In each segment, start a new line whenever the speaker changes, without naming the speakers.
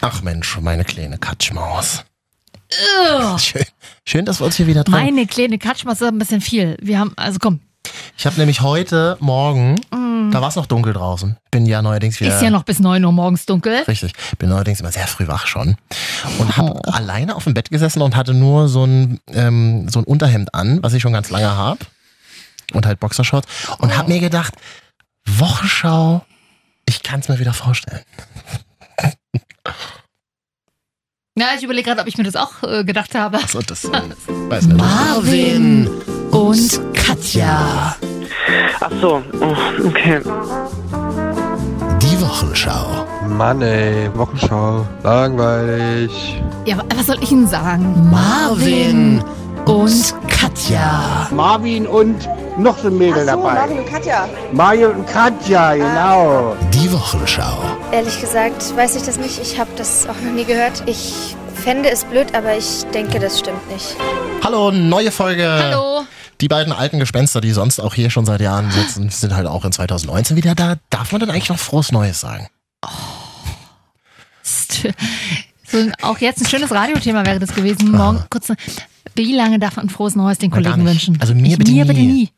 Ach Mensch, meine kleine Katschmaus.
Ugh.
Schön, schön dass wir uns hier wieder treffen.
Meine kleine Katschmaus ist ein bisschen viel. Wir haben, also komm,
Ich habe nämlich heute Morgen, da war es noch dunkel draußen. Bin ja neuerdings wieder.
Mm. ist ja noch bis 9 Uhr morgens dunkel.
Richtig. Bin neuerdings immer sehr früh wach schon. Und habe
Oh.
alleine auf dem Bett gesessen und hatte nur so ein, ähm, so ein Unterhemd an, was ich schon ganz lange habe. Und halt Boxershorts. Und
Oh.
habe mir gedacht, Wochenschau, ich kann es mir wieder vorstellen.
Na, ich überlege gerade, ob ich mir das auch äh, gedacht habe.
So, das äh, weiß nicht.
Marvin und Katja.
Ach so, oh, okay.
Die Wochenschau.
Mann ey, Wochenschau. Langweilig.
Ja, wa- was soll ich Ihnen sagen? Marvin und Katja.
Marvin und noch so ein Mädel
Ach so,
dabei.
Marvin und Katja. Ah.
Mario und Katja, genau.
Die Wochenschau.
Ehrlich gesagt weiß ich das nicht. Ich habe das auch noch nie gehört. Ich fände es blöd, aber ich denke, das stimmt nicht.
Hallo, neue Folge.
Hallo.
Die beiden alten Gespenster, die sonst auch hier schon seit Jahren sitzen, sind halt auch in 2019 wieder da. Darf man denn eigentlich noch frohes Neues sagen?
Psst. So, ein- auch jetzt ein schönes Radiothema wäre das gewesen. Morgen kurz. ne- Wie lange darf man frohes Neues den
Ah. Na, gar
Kollegen
nicht.
wünschen?
Also mir
ich,
bitte
mir
nie.
bitte nie.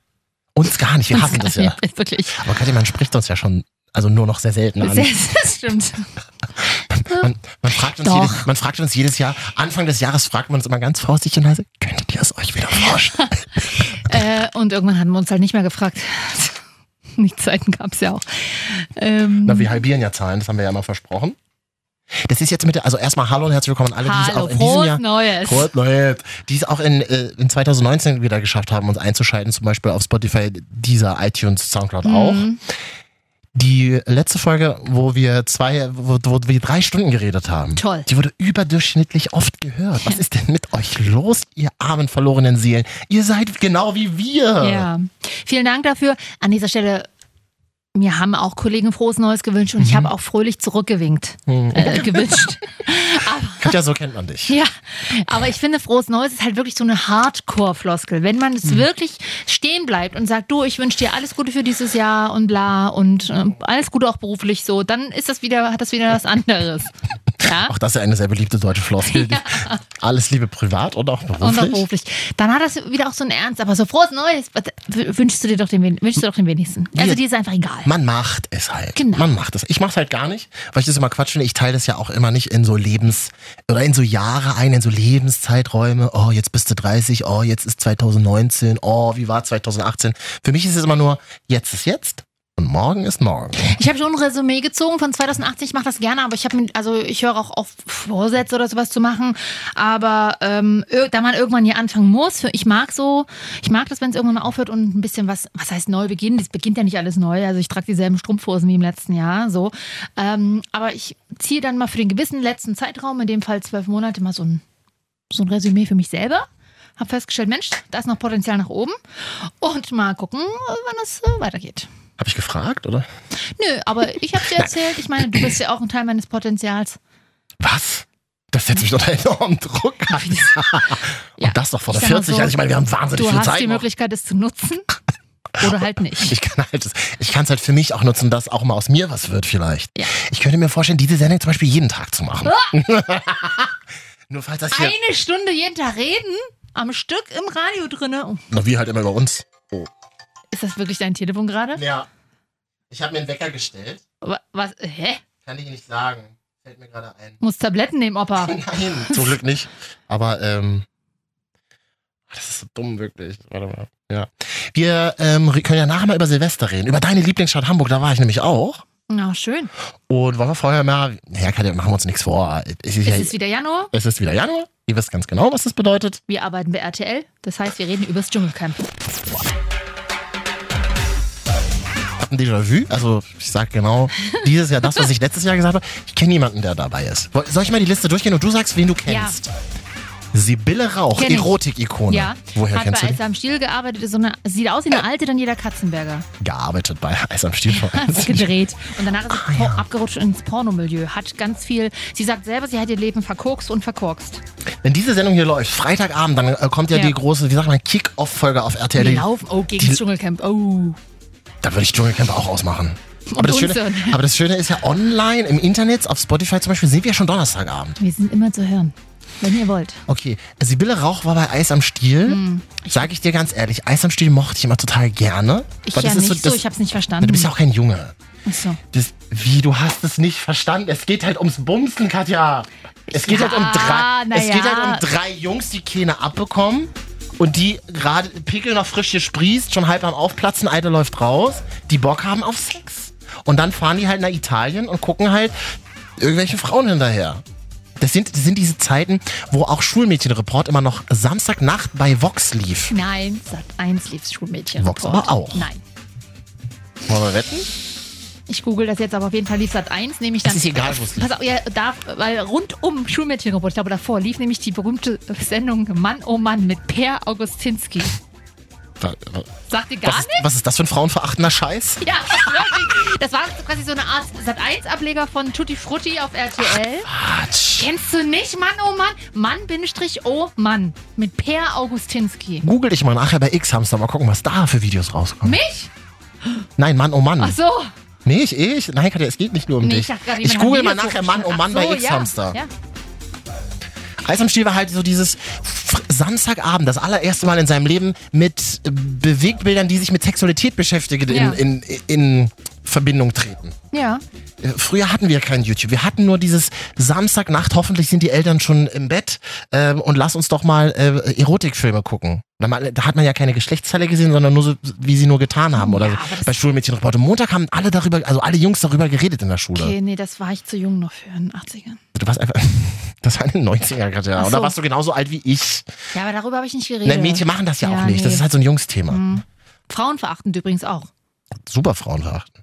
Uns gar nicht, wir hassen das ja.
Wirklich.
Aber Katja, man spricht uns ja schon, also nur noch sehr selten an.
Sehr, das stimmt.
Man, man, fragt uns
Doch.
jedes, man fragt uns jedes Jahr, Anfang des Jahres fragt man uns immer ganz vorsichtig und leise, könntet ihr es euch wieder vorstellen?
Äh, und irgendwann haben wir uns halt nicht mehr gefragt. Die Zeiten gab es ja auch. Ähm,
Na, wir halbieren ja Zahlen, das haben wir ja immer versprochen. Das ist jetzt mit der, also erstmal hallo und herzlich willkommen an alle, die es
hallo,
auch in diesem
frohes
Jahr
Neues.
Frohes Neues. Die es auch in, äh, in 2019 wieder geschafft haben, uns einzuschalten, zum Beispiel auf Spotify, dieser iTunes, Soundcloud auch.
Mhm.
Die letzte Folge, wo wir zwei, wo, wo wir drei Stunden geredet haben,
Toll.
die wurde überdurchschnittlich oft gehört. Was ist denn mit euch los, ihr armen verlorenen Seelen? Ihr seid genau wie wir.
Ja. Vielen Dank dafür. An dieser Stelle, mir haben auch Kollegen frohes Neues gewünscht und
Mhm.
ich habe auch fröhlich zurückgewinkt. Äh, gewünscht.
Katja, so kennt man dich.
ja. Aber ich finde, frohes Neues ist halt wirklich so eine Hardcore-Floskel. Wenn man
Mhm.
es wirklich stehen bleibt und sagt, du, ich wünsche dir alles Gute für dieses Jahr und bla und äh, alles Gute auch beruflich so, dann ist das wieder, hat das wieder was anderes. Ja?
Auch das ist ja eine sehr beliebte deutsche Floskel. die- Alles Liebe privat und auch
Und
beruflich.
auch beruflich. Dann hat das wieder auch so einen Ernst, aber so frohes Neues was- w- wünschst du dir doch den, wen- wünschst du doch den wenigsten. Also dir ist einfach egal.
Man macht es halt.
Genau.
Man macht es. Ich mach's halt gar nicht, weil ich das immer Quatsch finde. Ich teile das ja auch immer nicht in so Lebens- oder in so Jahre ein, in so Lebenszeiträume. Oh, jetzt bist du 30, oh, jetzt ist 2019, oh, wie war 2018? Für mich ist es immer nur, jetzt ist jetzt und morgen ist morgen.
Ich habe schon ein Resümee gezogen von 2018. Ich mache das gerne, aber ich habe mir- also ich höre auch auf Vorsätze oder sowas zu machen. Aber ähm, ir- da man irgendwann hier anfangen muss, für, ich mag so, ich mag das, wenn es irgendwann mal aufhört und ein bisschen was, was heißt neu beginnen. Das beginnt ja nicht alles neu. Also ich trage dieselben Strumpfhosen wie im letzten Jahr. So, ähm, aber ich ziehe dann mal für den gewissen letzten Zeitraum, in dem Fall zwölf Monate, mal so ein so ein Resümee für mich selber. Hab festgestellt, Mensch, da ist noch Potenzial nach oben. Und mal gucken, wann es äh, weitergeht.
Habe ich gefragt, oder?
Nö, aber ich habe dir erzählt, ich meine, du bist ja auch ein Teil meines Potenzials.
Was? Das setzt mich unter enormen Druck an.
Ja.
Und das noch vor
Ich
der
sag mal
40.
so,
also ich meine, wir haben wahnsinnig
Du
viel
hast
Zeit.
die
noch.
Möglichkeit, es zu nutzen oder halt nicht.
Ich kann halt, das- ich kann es halt für mich auch nutzen, dass auch mal aus mir was wird vielleicht.
Ja.
Ich könnte mir vorstellen, diese Sendung zum Beispiel jeden Tag zu machen.
Ah!
Nur falls das hier,
Eine Stunde jeden Tag reden, am Stück im Radio drinne. Oh,
na wie halt immer über uns.
ist das wirklich dein Telefon gerade?
Ja. Ich habe mir einen Wecker gestellt,
Wa- Was? Hä?
kann ich nicht sagen. Fällt mir gerade ein.
Muss Tabletten nehmen, Opa.
Nein, zum Glück nicht. Aber ähm, Ah, das ist so dumm wirklich. Warte mal. Ja. Wir ähm, können ja nachher mal über Silvester reden, über deine Lieblingsstadt Hamburg. Da war ich nämlich auch.
Na, schön.
Und wollen wir vorher mal, ja, Katja, machen wir uns nichts vor. Es ist, ja-
Es ist wieder Januar,
Es ist wieder Januar. Ihr wisst ganz genau, was das bedeutet.
wir arbeiten bei RTL. Das heißt, wir reden übers Dschungelcamp.
Ich hab ein Déjà-vu. Also, ich sag genau dieses Jahr das, was ich letztes Jahr gesagt habe. Ich kenne jemanden, der dabei ist. Woll- Soll ich mal die Liste durchgehen und du sagst, wen du kennst? Sibylle Rauch,
Kenn ich.
Erotik-Ikone.
Ja,
Woher
hat
kennst du
bei
die?
Eis am Stiel gearbeitet. Ist So eine, sieht aus wie eine alte Daniela Katzenberger.
Gearbeitet bei Eis am Stiel. vor allem.
Hat gedreht. Und danach ist
Ah,
sie por- abgerutscht ins Pornomilieu. Hat ganz viel. Sie sagt selber, sie hat ihr Leben verkorkst und verkorkst.
Wenn diese Sendung hier läuft, Freitagabend, dann äh, kommt ja,
Ja.
die große, wie sagt man, Kick-Off-Folge auf RTL.
Wir laufen. Oh, gegen
die-
das Dschungelcamp. Oh.
Da würde ich Dschungelcamp auch ausmachen. Aber das,
uns
Schöne,
hören.
aber das Schöne ist ja online, im Internet, auf Spotify zum Beispiel, sind wir schon Donnerstagabend.
Wir sind immer zu hören, wenn ihr wollt.
Okay, Sibylle Rauch war bei Eis am Stiel.
Hm.
Sag ich dir ganz ehrlich, Eis am Stiel mochte ich immer total gerne.
Ich
Weil
ja
das
nicht
ist
so,
das-
ich hab's nicht verstanden.
Du bist ja auch kein Junge.
Ach so.
Das, wie, du hast es nicht verstanden. Es geht halt ums Bumsen, Katja. Es geht,
Ja,
halt, um drei,
na
es geht
ja.
halt um drei Jungs, die keine abbekommen und die gerade Pickel noch frisch gesprießt, schon halb am Aufplatzen, eine läuft raus, die Bock haben auf Sex. Und dann fahren die halt nach Italien und gucken halt irgendwelchen Frauen hinterher. Das sind, das sind diese Zeiten, wo auch Schulmädchenreport immer noch Samstagnacht bei Vox lief.
Nein, Sat 1 lief's Schulmädchen.
Vox aber auch.
Nein.
Wollen wir wetten?
Ich google das jetzt, aber auf jeden Fall lief Sat 1, nehme ich dann.
Es ist egal, wo es liegt.
Pass auf, ja, da, weil rund um Schulmädchenreport, ich glaube davor, lief nämlich die berühmte Sendung Mann oh Mann mit Per Augustinski. Sagt ihr gar
Was ist,
nichts?
was ist das für ein frauenverachtender Scheiß?
Ja, wirklich. Das war quasi so eine Art Sat1-Ableger von Tutti Frutti auf RTL.
Quatsch.
Kennst du nicht, Mann, oh Mann? Mann, Bindestrich, oh Mann. Mit Per Augustinski.
Google dich mal nachher bei X-Hamster, mal gucken, was da für Videos rauskommen.
Mich?
Nein, Mann, oh Mann.
Ach so.
Nee, ich, ich. Nein, Katja, es geht nicht nur um
Nee,
dich.
ich dachte gerade,
ich
jemand hat
google
ein
mal
Video
nachher Mann, oh
hochgeladen.
Mann
Ach
bei
so,
X-Hamster.
Ja, ja.
Eis am Stiel war halt so dieses F- Samstagabend, das allererste Mal in seinem Leben mit äh, Bewegtbildern, die sich mit Sexualität beschäftigen,
Ja.
in, in, in Verbindung treten.
ja.
Äh, Früher hatten wir kein YouTube. Wir hatten nur dieses Samstagnacht, hoffentlich sind die Eltern schon im Bett ähm, und lass uns doch mal äh, Erotikfilme gucken. Da, mal- da hat man ja keine Geschlechtsteile gesehen, sondern nur so, wie sie nur getan haben oder
Ja, aber
so.
das-
Bei Schulmädchenreporter. Montag haben alle darüber, also alle Jungs darüber geredet in der Schule.
Okay, nee, das war ich zu jung noch für in den 80ern.
Du warst einfach. Das war in den 90er gerade, ja.
Ach so.
Oder warst du genauso alt wie ich?
Ja, aber darüber habe ich nicht geredet.
Nein, Mädchen machen das ja,
Ja,
auch nicht. Das
nee. Mhm.
ist halt so ein Jungsthema.
Frauen verachtend übrigens auch.
Super Frauen verachten.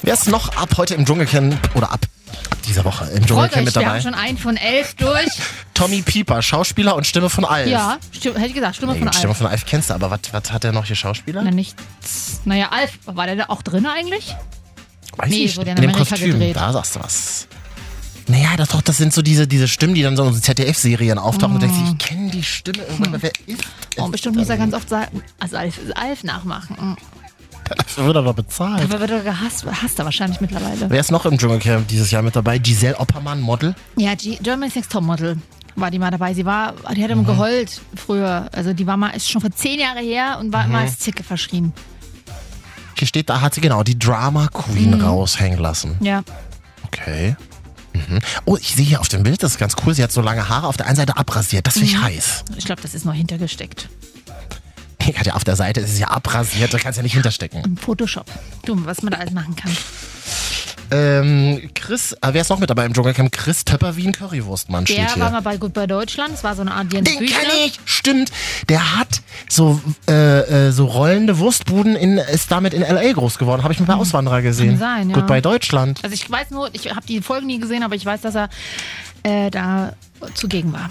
Wer ist noch ab heute im Dschungelcamp oder ab, ab dieser Woche im
Freut
Dschungelcamp
euch,
mit
wir
dabei?
haben schon einen von elf durch.
Tommy Pieper, Schauspieler und Stimme von Alf.
ja, stimmt, hätte ich gesagt, Stimme
Nee,
von
gut, Stimme
Alf.
von Alf kennst du, aber was was hat er noch hier Schauspieler?
Na, nichts. Naja, Alf, war der da auch drin eigentlich?
Weiß
nee,
ich nicht.
wurde in
In dem
Amerika
Kostüm,
gedreht.
da sagst du was. Naja, das, doch, das sind so diese, diese Stimmen, die dann so in so ZDF-Serien auftauchen und denkst, ich kenne die Stimme irgendwann, mal. wer ist
Oh, bestimmt muss er ganz oft Sa- also Alf, Alf nachmachen. Mhm.
das? Wird aber bezahlt.
Aber wird er gehasst, hasst er wahrscheinlich mittlerweile.
Wer ist noch im Dschungelcamp dieses Jahr mit dabei? Giselle Oppermann, Model.
Ja, G Germany's Next Topmodel war die mal dabei. Sie war, die
Mhm.
hat immer geheult früher. Also die war mal, ist schon vor zehn Jahre her und war immer
Mhm.
als Zicke verschrien.
Hier steht, da hat sie genau die Drama Queen
Hm.
raushängen lassen.
Ja.
Okay. Mhm. Oh, ich sehe hier auf dem Bild, das ist ganz cool. Sie hat so lange Haare auf der einen Seite abrasiert. Das
Mhm.
finde ich heiß.
Ich glaube, das ist noch hintergesteckt.
Nee, Katja, auf der Seite ist es ja abrasiert, da kannst du ja nicht hinterstecken.
Im Photoshop. Du, was man da alles machen kann.
Ähm, Chris, äh, wer ist noch mit dabei im Dschungelcamp? Chris Töpper wie ein Currywurstmann
Der
steht hier.
war mal bei Gut bei Deutschland. Es war so eine Art Jens
Den
Büchner.
kenn ich! Stimmt. Der hat so, äh, äh, so rollende Wurstbuden in, ist damit in L.A. groß geworden. Habe ich mal bei Auswanderer gesehen.
Hm. sein, ja.
Gut bei Deutschland.
Also ich weiß nur, ich habe die Folgen nie gesehen, aber ich weiß, dass er äh, da zugegen war.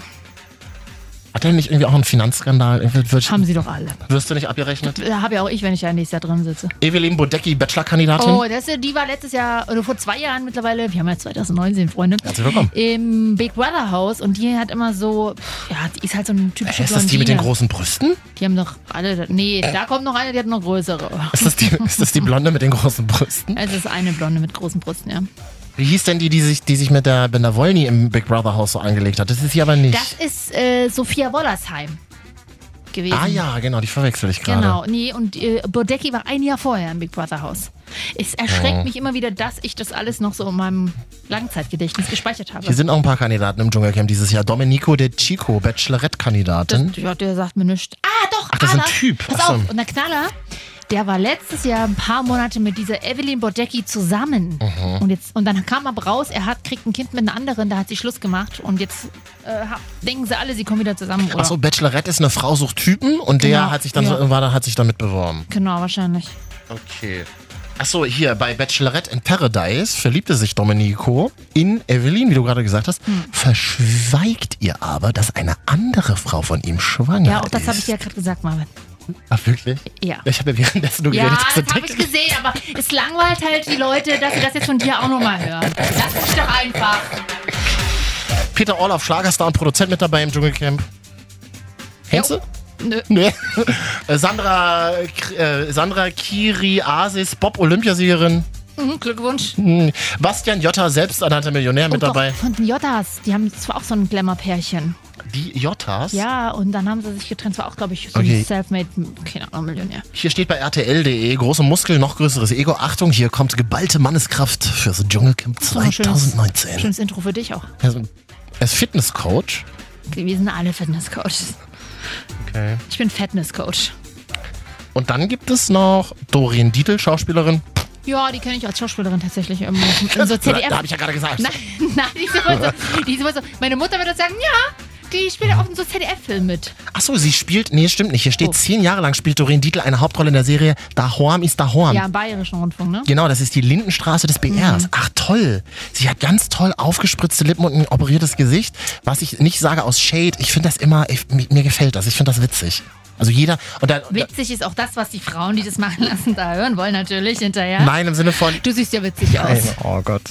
Hat der nicht irgendwie auch einen Finanzskandal? Irgendwie Wird,
Haben sie doch alle.
wirst du nicht abgerechnet?
Da habe ja auch ich, wenn ich ja nächstes Jahr drin sitze.
Evelyn Bodecki, Bachelorkandidatin.
Oh, das, äh, die war letztes Jahr, oder vor zwei Jahren mittlerweile, wir haben ja 2019, Freunde.
Herzlich willkommen.
Im Big Brother Haus und die hat immer so, pff, ja, die ist halt so eine typische
Hä, Äh, ist das die mit den
Blondine.
großen Brüsten?
Die haben doch alle, nee, da kommt noch eine, die hat noch größere.
Ist das, die, ist das die Blonde mit den großen Brüsten?
Es ist eine Blonde mit großen Brüsten, ja.
Wie hieß denn die, die sich, die sich mit der Bender Wolny im Big Brother Haus so angelegt hat? Das ist sie aber nicht.
Das ist äh, Sophia Wollersheim gewesen.
ah ja, genau, die verwechsel ich gerade.
Genau, nee, und äh, Bodecki war ein Jahr vorher im Big Brother Haus. Es erschreckt
Oh.
mich immer wieder, dass ich das alles noch so in meinem Langzeitgedächtnis gespeichert habe.
Hier sind auch ein paar Kandidaten im Dschungelcamp dieses Jahr. Domenico de Chico, Bachelorette-Kandidatin.
Das, ja, der sagt mir nichts. Ah, doch,
Ach, das ist ein
Ala.
Typ.
Pass
Ach so.
auf, und der Knaller, der war letztes Jahr ein paar Monate mit dieser Evelyn Bodecki zusammen.
Mhm.
Und, jetzt, und dann kam aber raus, er hat, kriegt ein Kind mit einer anderen, da hat sie Schluss gemacht. Und jetzt äh, ha- denken sie alle, sie kommen wieder zusammen. Oder?
Achso, Bachelorette ist eine Frau sucht Typen und der
Genau,
hat sich dann
ja.
so irgendwann hat sich damit beworben.
Genau, wahrscheinlich.
Okay. Achso, hier bei Bachelorette in Paradise verliebte sich Domenico in Evelyn, wie du gerade gesagt hast,
Hm.
verschweigt ihr aber, dass eine andere Frau von ihm schwanger
Ja, auch das
ist.
habe ich dir ja gerade gesagt, Marvin.
Ach, wirklich?
Ja.
Ich habe ja währenddessen nur
Ja,
geredet. dass
das
du
habe ich
denkst-
gesehen, aber es langweilt halt die Leute, dass sie das jetzt von dir auch nochmal hören. Lass mich doch einfach.
Peter Orloff, Schlagerstar und Produzent mit dabei im Dschungelcamp. Kennst du?
Jo. Nö.
Nee. Äh, Sandra, äh, Sandra Kiri Asis, Bob-Olympiasiegerin.
Mhm, Glückwunsch.
Hm, Bastian Jotta, selbsternannter Millionär mit
oh,
dabei.
Doch, von den Jottas, die haben zwar auch so ein Glamour-Pärchen.
Die Jottas.
Ja, und dann haben sie sich getrennt. War auch, glaube ich, so
Okay.
ein Selfmade, keine Ahnung, Millionär.
Hier steht bei RTL.de, E, große Muskeln, noch größeres Ego. Achtung, hier kommt geballte Manneskraft fürs Dschungelcamp
ist doch ein schönes-
2019.
Schönes Intro für dich auch.
Also, Er ist Fitnesscoach.
Wir sind alle Fitness-Coaches.
Okay.
Ich bin Fitness-Coach.
Und dann gibt es noch Doreen Dietl, Schauspielerin.
Ja, die kenne ich als Schauspielerin tatsächlich im, im so
Da,
ZDF.
da habe ich ja gerade gesagt.
Nein, nein, die ist immer so, die ist immer so. Meine Mutter würde sagen, ja, die spielt ja auch in so ZDF-Film mit.
Achso, sie spielt, nee, stimmt nicht. Hier steht,
Oh.
zehn Jahre lang spielt Doreen Dietl eine Hauptrolle in der Serie Dahorm ist Dahorm.
Ja, Mhm. im Bayerischen Rundfunk, ne?
Genau, das ist die Lindenstraße des BRs. Ach toll. Sie hat ganz toll aufgespritzte Lippen und ein operiertes Gesicht. Was ich nicht sage aus Shade, ich finde das immer, ich, mir, mir gefällt das. Ich finde das witzig. Also jeder, und dann,
Witzig ist auch das, was die Frauen, die das machen lassen, da hören wollen, natürlich hinterher.
nein, im Sinne von,
Du siehst ja witzig aus.
Nein, oh Gott.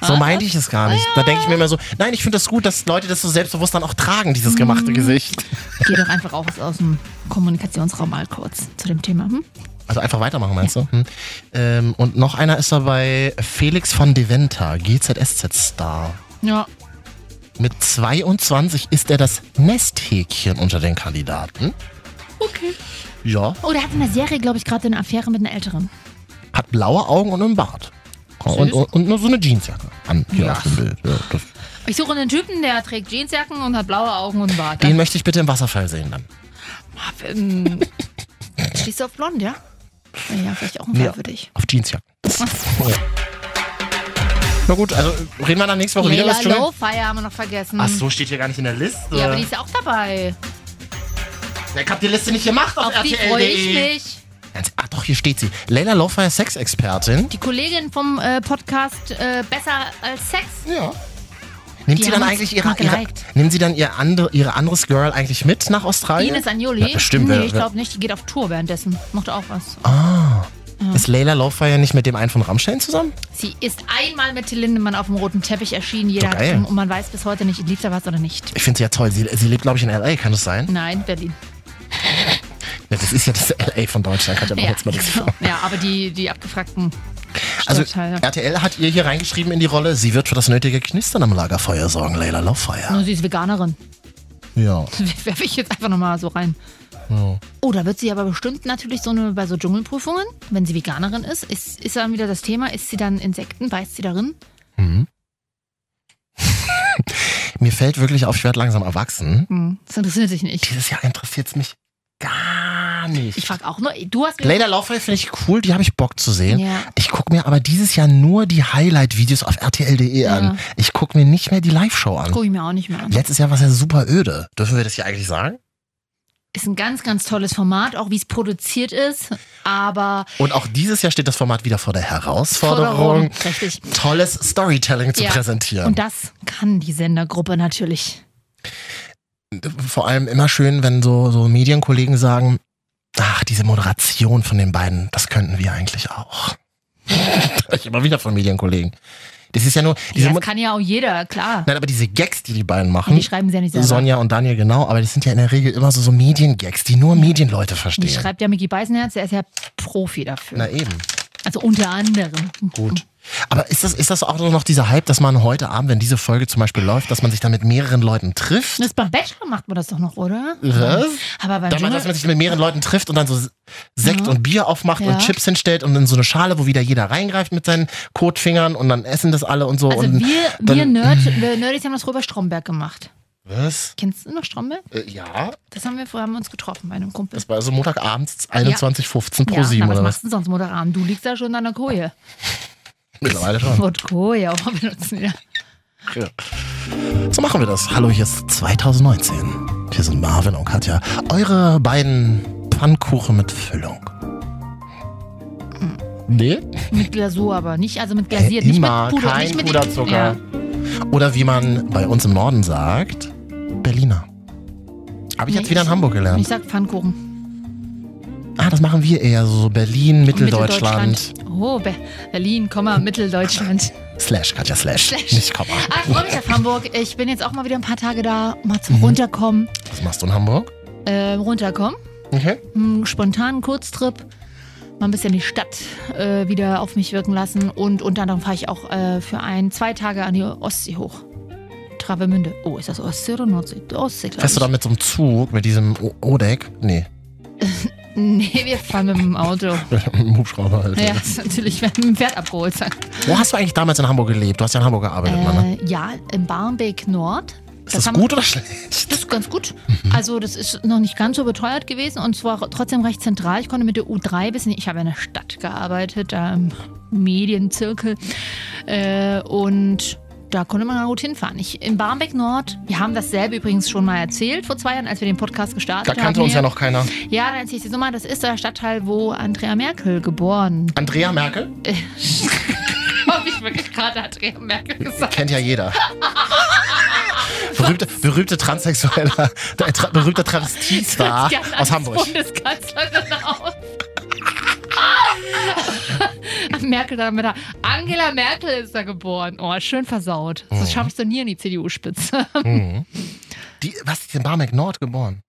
Ah,
So meinte ich es gar nicht. Da denke ich mir immer so, nein, ich finde das gut, dass Leute das so selbstbewusst dann auch tragen, dieses
Mhm.
gemachte Gesicht.
Geh doch einfach raus aus dem Kommunikationsraum mal kurz zu dem Thema. Hm?
Also einfach weitermachen, meinst du? Hm. Ähm, und noch einer ist dabei, Felix von Deventer, GZSZ-Star.
Ja.
Mit 22 ist er das Nesthäkchen unter den Kandidaten.
Okay.
Ja,
Oh, der hat in der Serie, glaube ich, gerade eine Affäre mit einer Älteren.
hat blaue Augen und einen Bart. Und, und, und nur so eine Jeansjacke an hier
Ja.
auf dem Bild. Ja, das,
Ich suche einen Typen, der trägt Jeansjacken und hat blaue Augen und einen Bart.
den möchte ich bitte im Wasserfall sehen dann.
Ähm, Stehst du auf blond, ja? Ja, vielleicht auch ein Fall
Ja.
für dich.
Auf Jeansjacken. Ja. Na gut, also reden wir dann nächste Woche wieder über
Leila
das Dschungel.
Lowfire haben wir noch vergessen.
Ach so, äh, steht hier gar nicht in der Liste.
Ja, aber die ist ja auch dabei.
ich hab die Liste nicht gemacht auf,
Auf die freue ich
RTL.de.
mich.
Ganz- Ach doch, hier steht sie. Leila Lowfire, Sexexpertin.
Die Kollegin vom äh, Podcast äh, Besser als Sex.
Ja. Nimmt
Die
sie dann
haben uns
eigentlich
mal
ihre, ihre
geliked.
nimmt sie dann ihr andere, ihre anderes Girl eigentlich mit nach Australien?
Ines Agnoli.
Ja, Ah. bestimmt.
Nee,
wer-
ich
wer-
glaube nicht. Die geht auf Tour währenddessen. Macht auch was.
Ist Leila Lowfire nicht mit dem einen von Rammstein zusammen?
Sie ist einmal mit Till Lindemann auf dem roten Teppich erschienen. Jeder
Doch,
hat
geil.
und man weiß bis heute nicht, liebt er was oder nicht.
Ich finde sie ja toll. Sie, sie lebt, glaube ich, in L.A., kann das sein?
Nein, Berlin.
Ja, das ist ja das L.A. von Deutschland, kann ich aber
Ja,
jetzt mal nichts
genau.
vor.
ja aber die, die abgefragten
Also,
Stadtteile.
RTL hat ihr hier reingeschrieben in die Rolle, sie wird für das nötige Knistern am Lagerfeuer sorgen, Leila Lowfire.
Nur sie ist Veganerin.
Ja.
werfe ich jetzt einfach nochmal so rein. Oh, da wird sie aber bestimmt natürlich so eine, bei so Dschungelprüfungen, wenn sie Veganerin ist, ist, ist dann wieder das Thema, isst sie dann Insekten, beißt sie darin?
Mhm. Mir fällt wirklich auf, ich werde langsam erwachsen.
Hm, das interessiert dich nicht.
dieses Jahr interessiert es mich gar nicht.
Ich frage auch nur, du hast mir-
Later Love Live finde ich cool, die habe ich Bock zu sehen.
Ja.
Ich gucke mir aber dieses Jahr nur die Highlight-Videos auf RTL.de E an.
Ja.
Ich gucke mir nicht mehr die Live-Show an.
guck ich mir auch nicht mehr an.
Letztes Jahr war es ja super öde. Dürfen wir das hier eigentlich sagen?
Ist ein ganz, ganz tolles Format, auch wie es produziert ist, aber
Und auch dieses Jahr steht das Format wieder vor der Herausforderung,
Forderung, richtig.
tolles Storytelling zu
Ja.
präsentieren.
Und das kann die Sendergruppe natürlich.
vor allem immer schön, wenn so, so Medienkollegen sagen, ach, diese Moderation von den beiden, das könnten wir eigentlich auch. Hör ich immer wieder von Medienkollegen. Das ist ja nur, diese
Ja,
Mo-
das kann ja auch jeder, klar.
nein, aber diese Gags, die die beiden machen,
Und die schreiben sie ja nicht selber.
Hm? Sonja und Daniel genau, aber das sind ja in der Regel immer so, so Mediengags, die nur Medienleute
die
verstehen.
schreibt ja Mickey Beisenherz, der ist ja Profi dafür.
Na eben,
Also unter anderem.
gut. Aber ist das, ist das auch noch dieser Hype, dass man heute Abend, wenn diese Folge zum Beispiel läuft, dass man sich dann mit mehreren Leuten trifft?
Das beim Bachelor macht man das doch noch, oder?
Was?
Aber beim
Damals, als man
Dschungel,
sich mit mehreren Leuten trifft und dann so Sekt und Bier aufmacht
Ja.
und Chips hinstellt und in so eine Schale, wo wieder jeder reingreift mit seinen Kotfingern und dann essen das alle und so.
also
und
wir, wir
dann,
Nerd, wir Nerdies haben das Robert Stromberg gemacht.
Was?
Kennst du noch Stromberg?
Äh, ja,
Das haben wir vorher haben wir uns getroffen bei einem Kumpel.
das war also Montagabends 21.15 pro
ja,
7
na, was
oder was?
machst du denn sonst, Moderan? Du liegst da schon an der Koje.
Mittlerweile schon.
Und Koje auch benutzen wieder.
So machen wir das. Hallo, hier ist 2019. Hier sind Marvin und Katja. Eure beiden Pfannkuchen mit Füllung.
Mm.
Nee?
Mit Glasur aber nicht, also mit glasiert, nicht
Immer
mit Puder.
kein
nicht mit
Puderzucker.
Ja.
Oder wie man bei uns im Norden sagt, Berliner. Habe ich
Nee,
jetzt wieder in Hamburg
Ich
gelernt.
sag Pfannkuchen.
Ah, das machen wir eher so Berlin,
Und
Mitteldeutschland.
Oh, Be Berlin, Komma, Mitteldeutschland.
Slash, Katja, slash.
Slash.
Nicht Komma.
Ah, ich freue mich auf Hamburg. Ich bin jetzt auch mal wieder ein paar Tage da, mal
Mhm.
zum Runterkommen.
Was machst du in Hamburg?
Äh, runterkommen.
Okay.
einen spontanen Kurztrip mal ein bisschen die Stadt äh, wieder auf mich wirken lassen. Und unter anderem fahre ich auch äh, für ein, zwei Tage an die Ostsee hoch. Travemünde. Oh, ist das Ostsee oder Nordsee? Ostsee, glaube ich.
Fährst du da mit so einem Zug, mit diesem o Odeck? Nee,
Nee, wir fahren mit dem Auto.
mit einem Hubschrauber halt.
ja, natürlich, wir haben ein Pferd abgeholt.
Wo hast du eigentlich damals in Hamburg gelebt? Du hast ja in Hamburg gearbeitet, Mann. Ne?
Äh, ja, im Barmbek Nord.
Ist das,
haben-
gut oder schlecht?
Das ist ganz gut.
Mhm.
Also das ist noch nicht ganz so beteuert gewesen und zwar trotzdem recht zentral. Ich konnte mit der U3 bis in, ich habe in der Stadt gearbeitet, da im Medienzirkel äh, und da konnte man gut hinfahren. Ich, in Barmbek Nord, wir haben dasselbe übrigens schon mal erzählt vor zwei Jahren, als wir den Podcast gestartet
Da
haben.
kannte uns ja
hier.
noch keiner.
Ja, dann erzähl ich dir so mal, das ist der Stadtteil, wo Andrea Merkel geboren.
Andrea Merkel?
habe ich wirklich gerade Andrea Merkel gesagt?
Kennt ja jeder. Berühmte, berühmte Transsexueller, der tra, berühmter Transvestit-Star
Christian als
Ah, aus Hamburg.
Bundeskanzlerin aus. Merkel dann mit der Angela Merkel ist da geboren. Oh, schön versaut.
Mhm.
Das schaffst du nie in die CDU-Spitze.
Hm. Die, was ist in Barmek Nord geboren?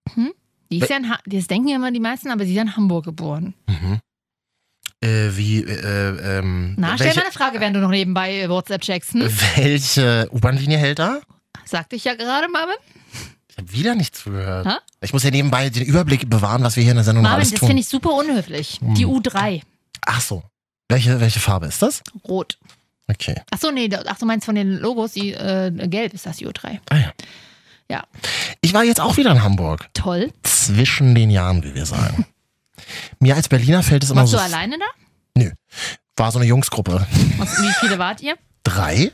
Die ist ja in ha das denken ja immer die meisten, aber sie ist ja in Hamburg geboren.
Mhm. Äh, wie, äh, ähm,
Na, stell mal
welche,
eine Frage, während du noch nebenbei äh, WhatsApp checkst. Hm?
welche U-Bahn-Linie hält da?
Sagte ich ja gerade, Marvin.
Ich habe wieder nichts zugehört.
Ha?
Ich muss ja nebenbei den Überblick bewahren, was wir hier in der Sendung noch
Marvin,
alles
das finde
tun.
ich super unhöflich.
Mhm.
Die U3,
Ach so. Welche, welche Farbe ist das?
rot.
Okay.
Achso, nee, da- ach, du meinst von den Logos, die äh, gelb ist das die U3.
Ah ja.
Ja.
Ich war jetzt auch wieder in Hamburg.
Toll.
Zwischen den Jahren, wie wir sagen. Mir als Berliner fällt es immer
Warst
so.
du alleine da?
War so eine Jungsgruppe.
Was, wie viele wart ihr?
Drei?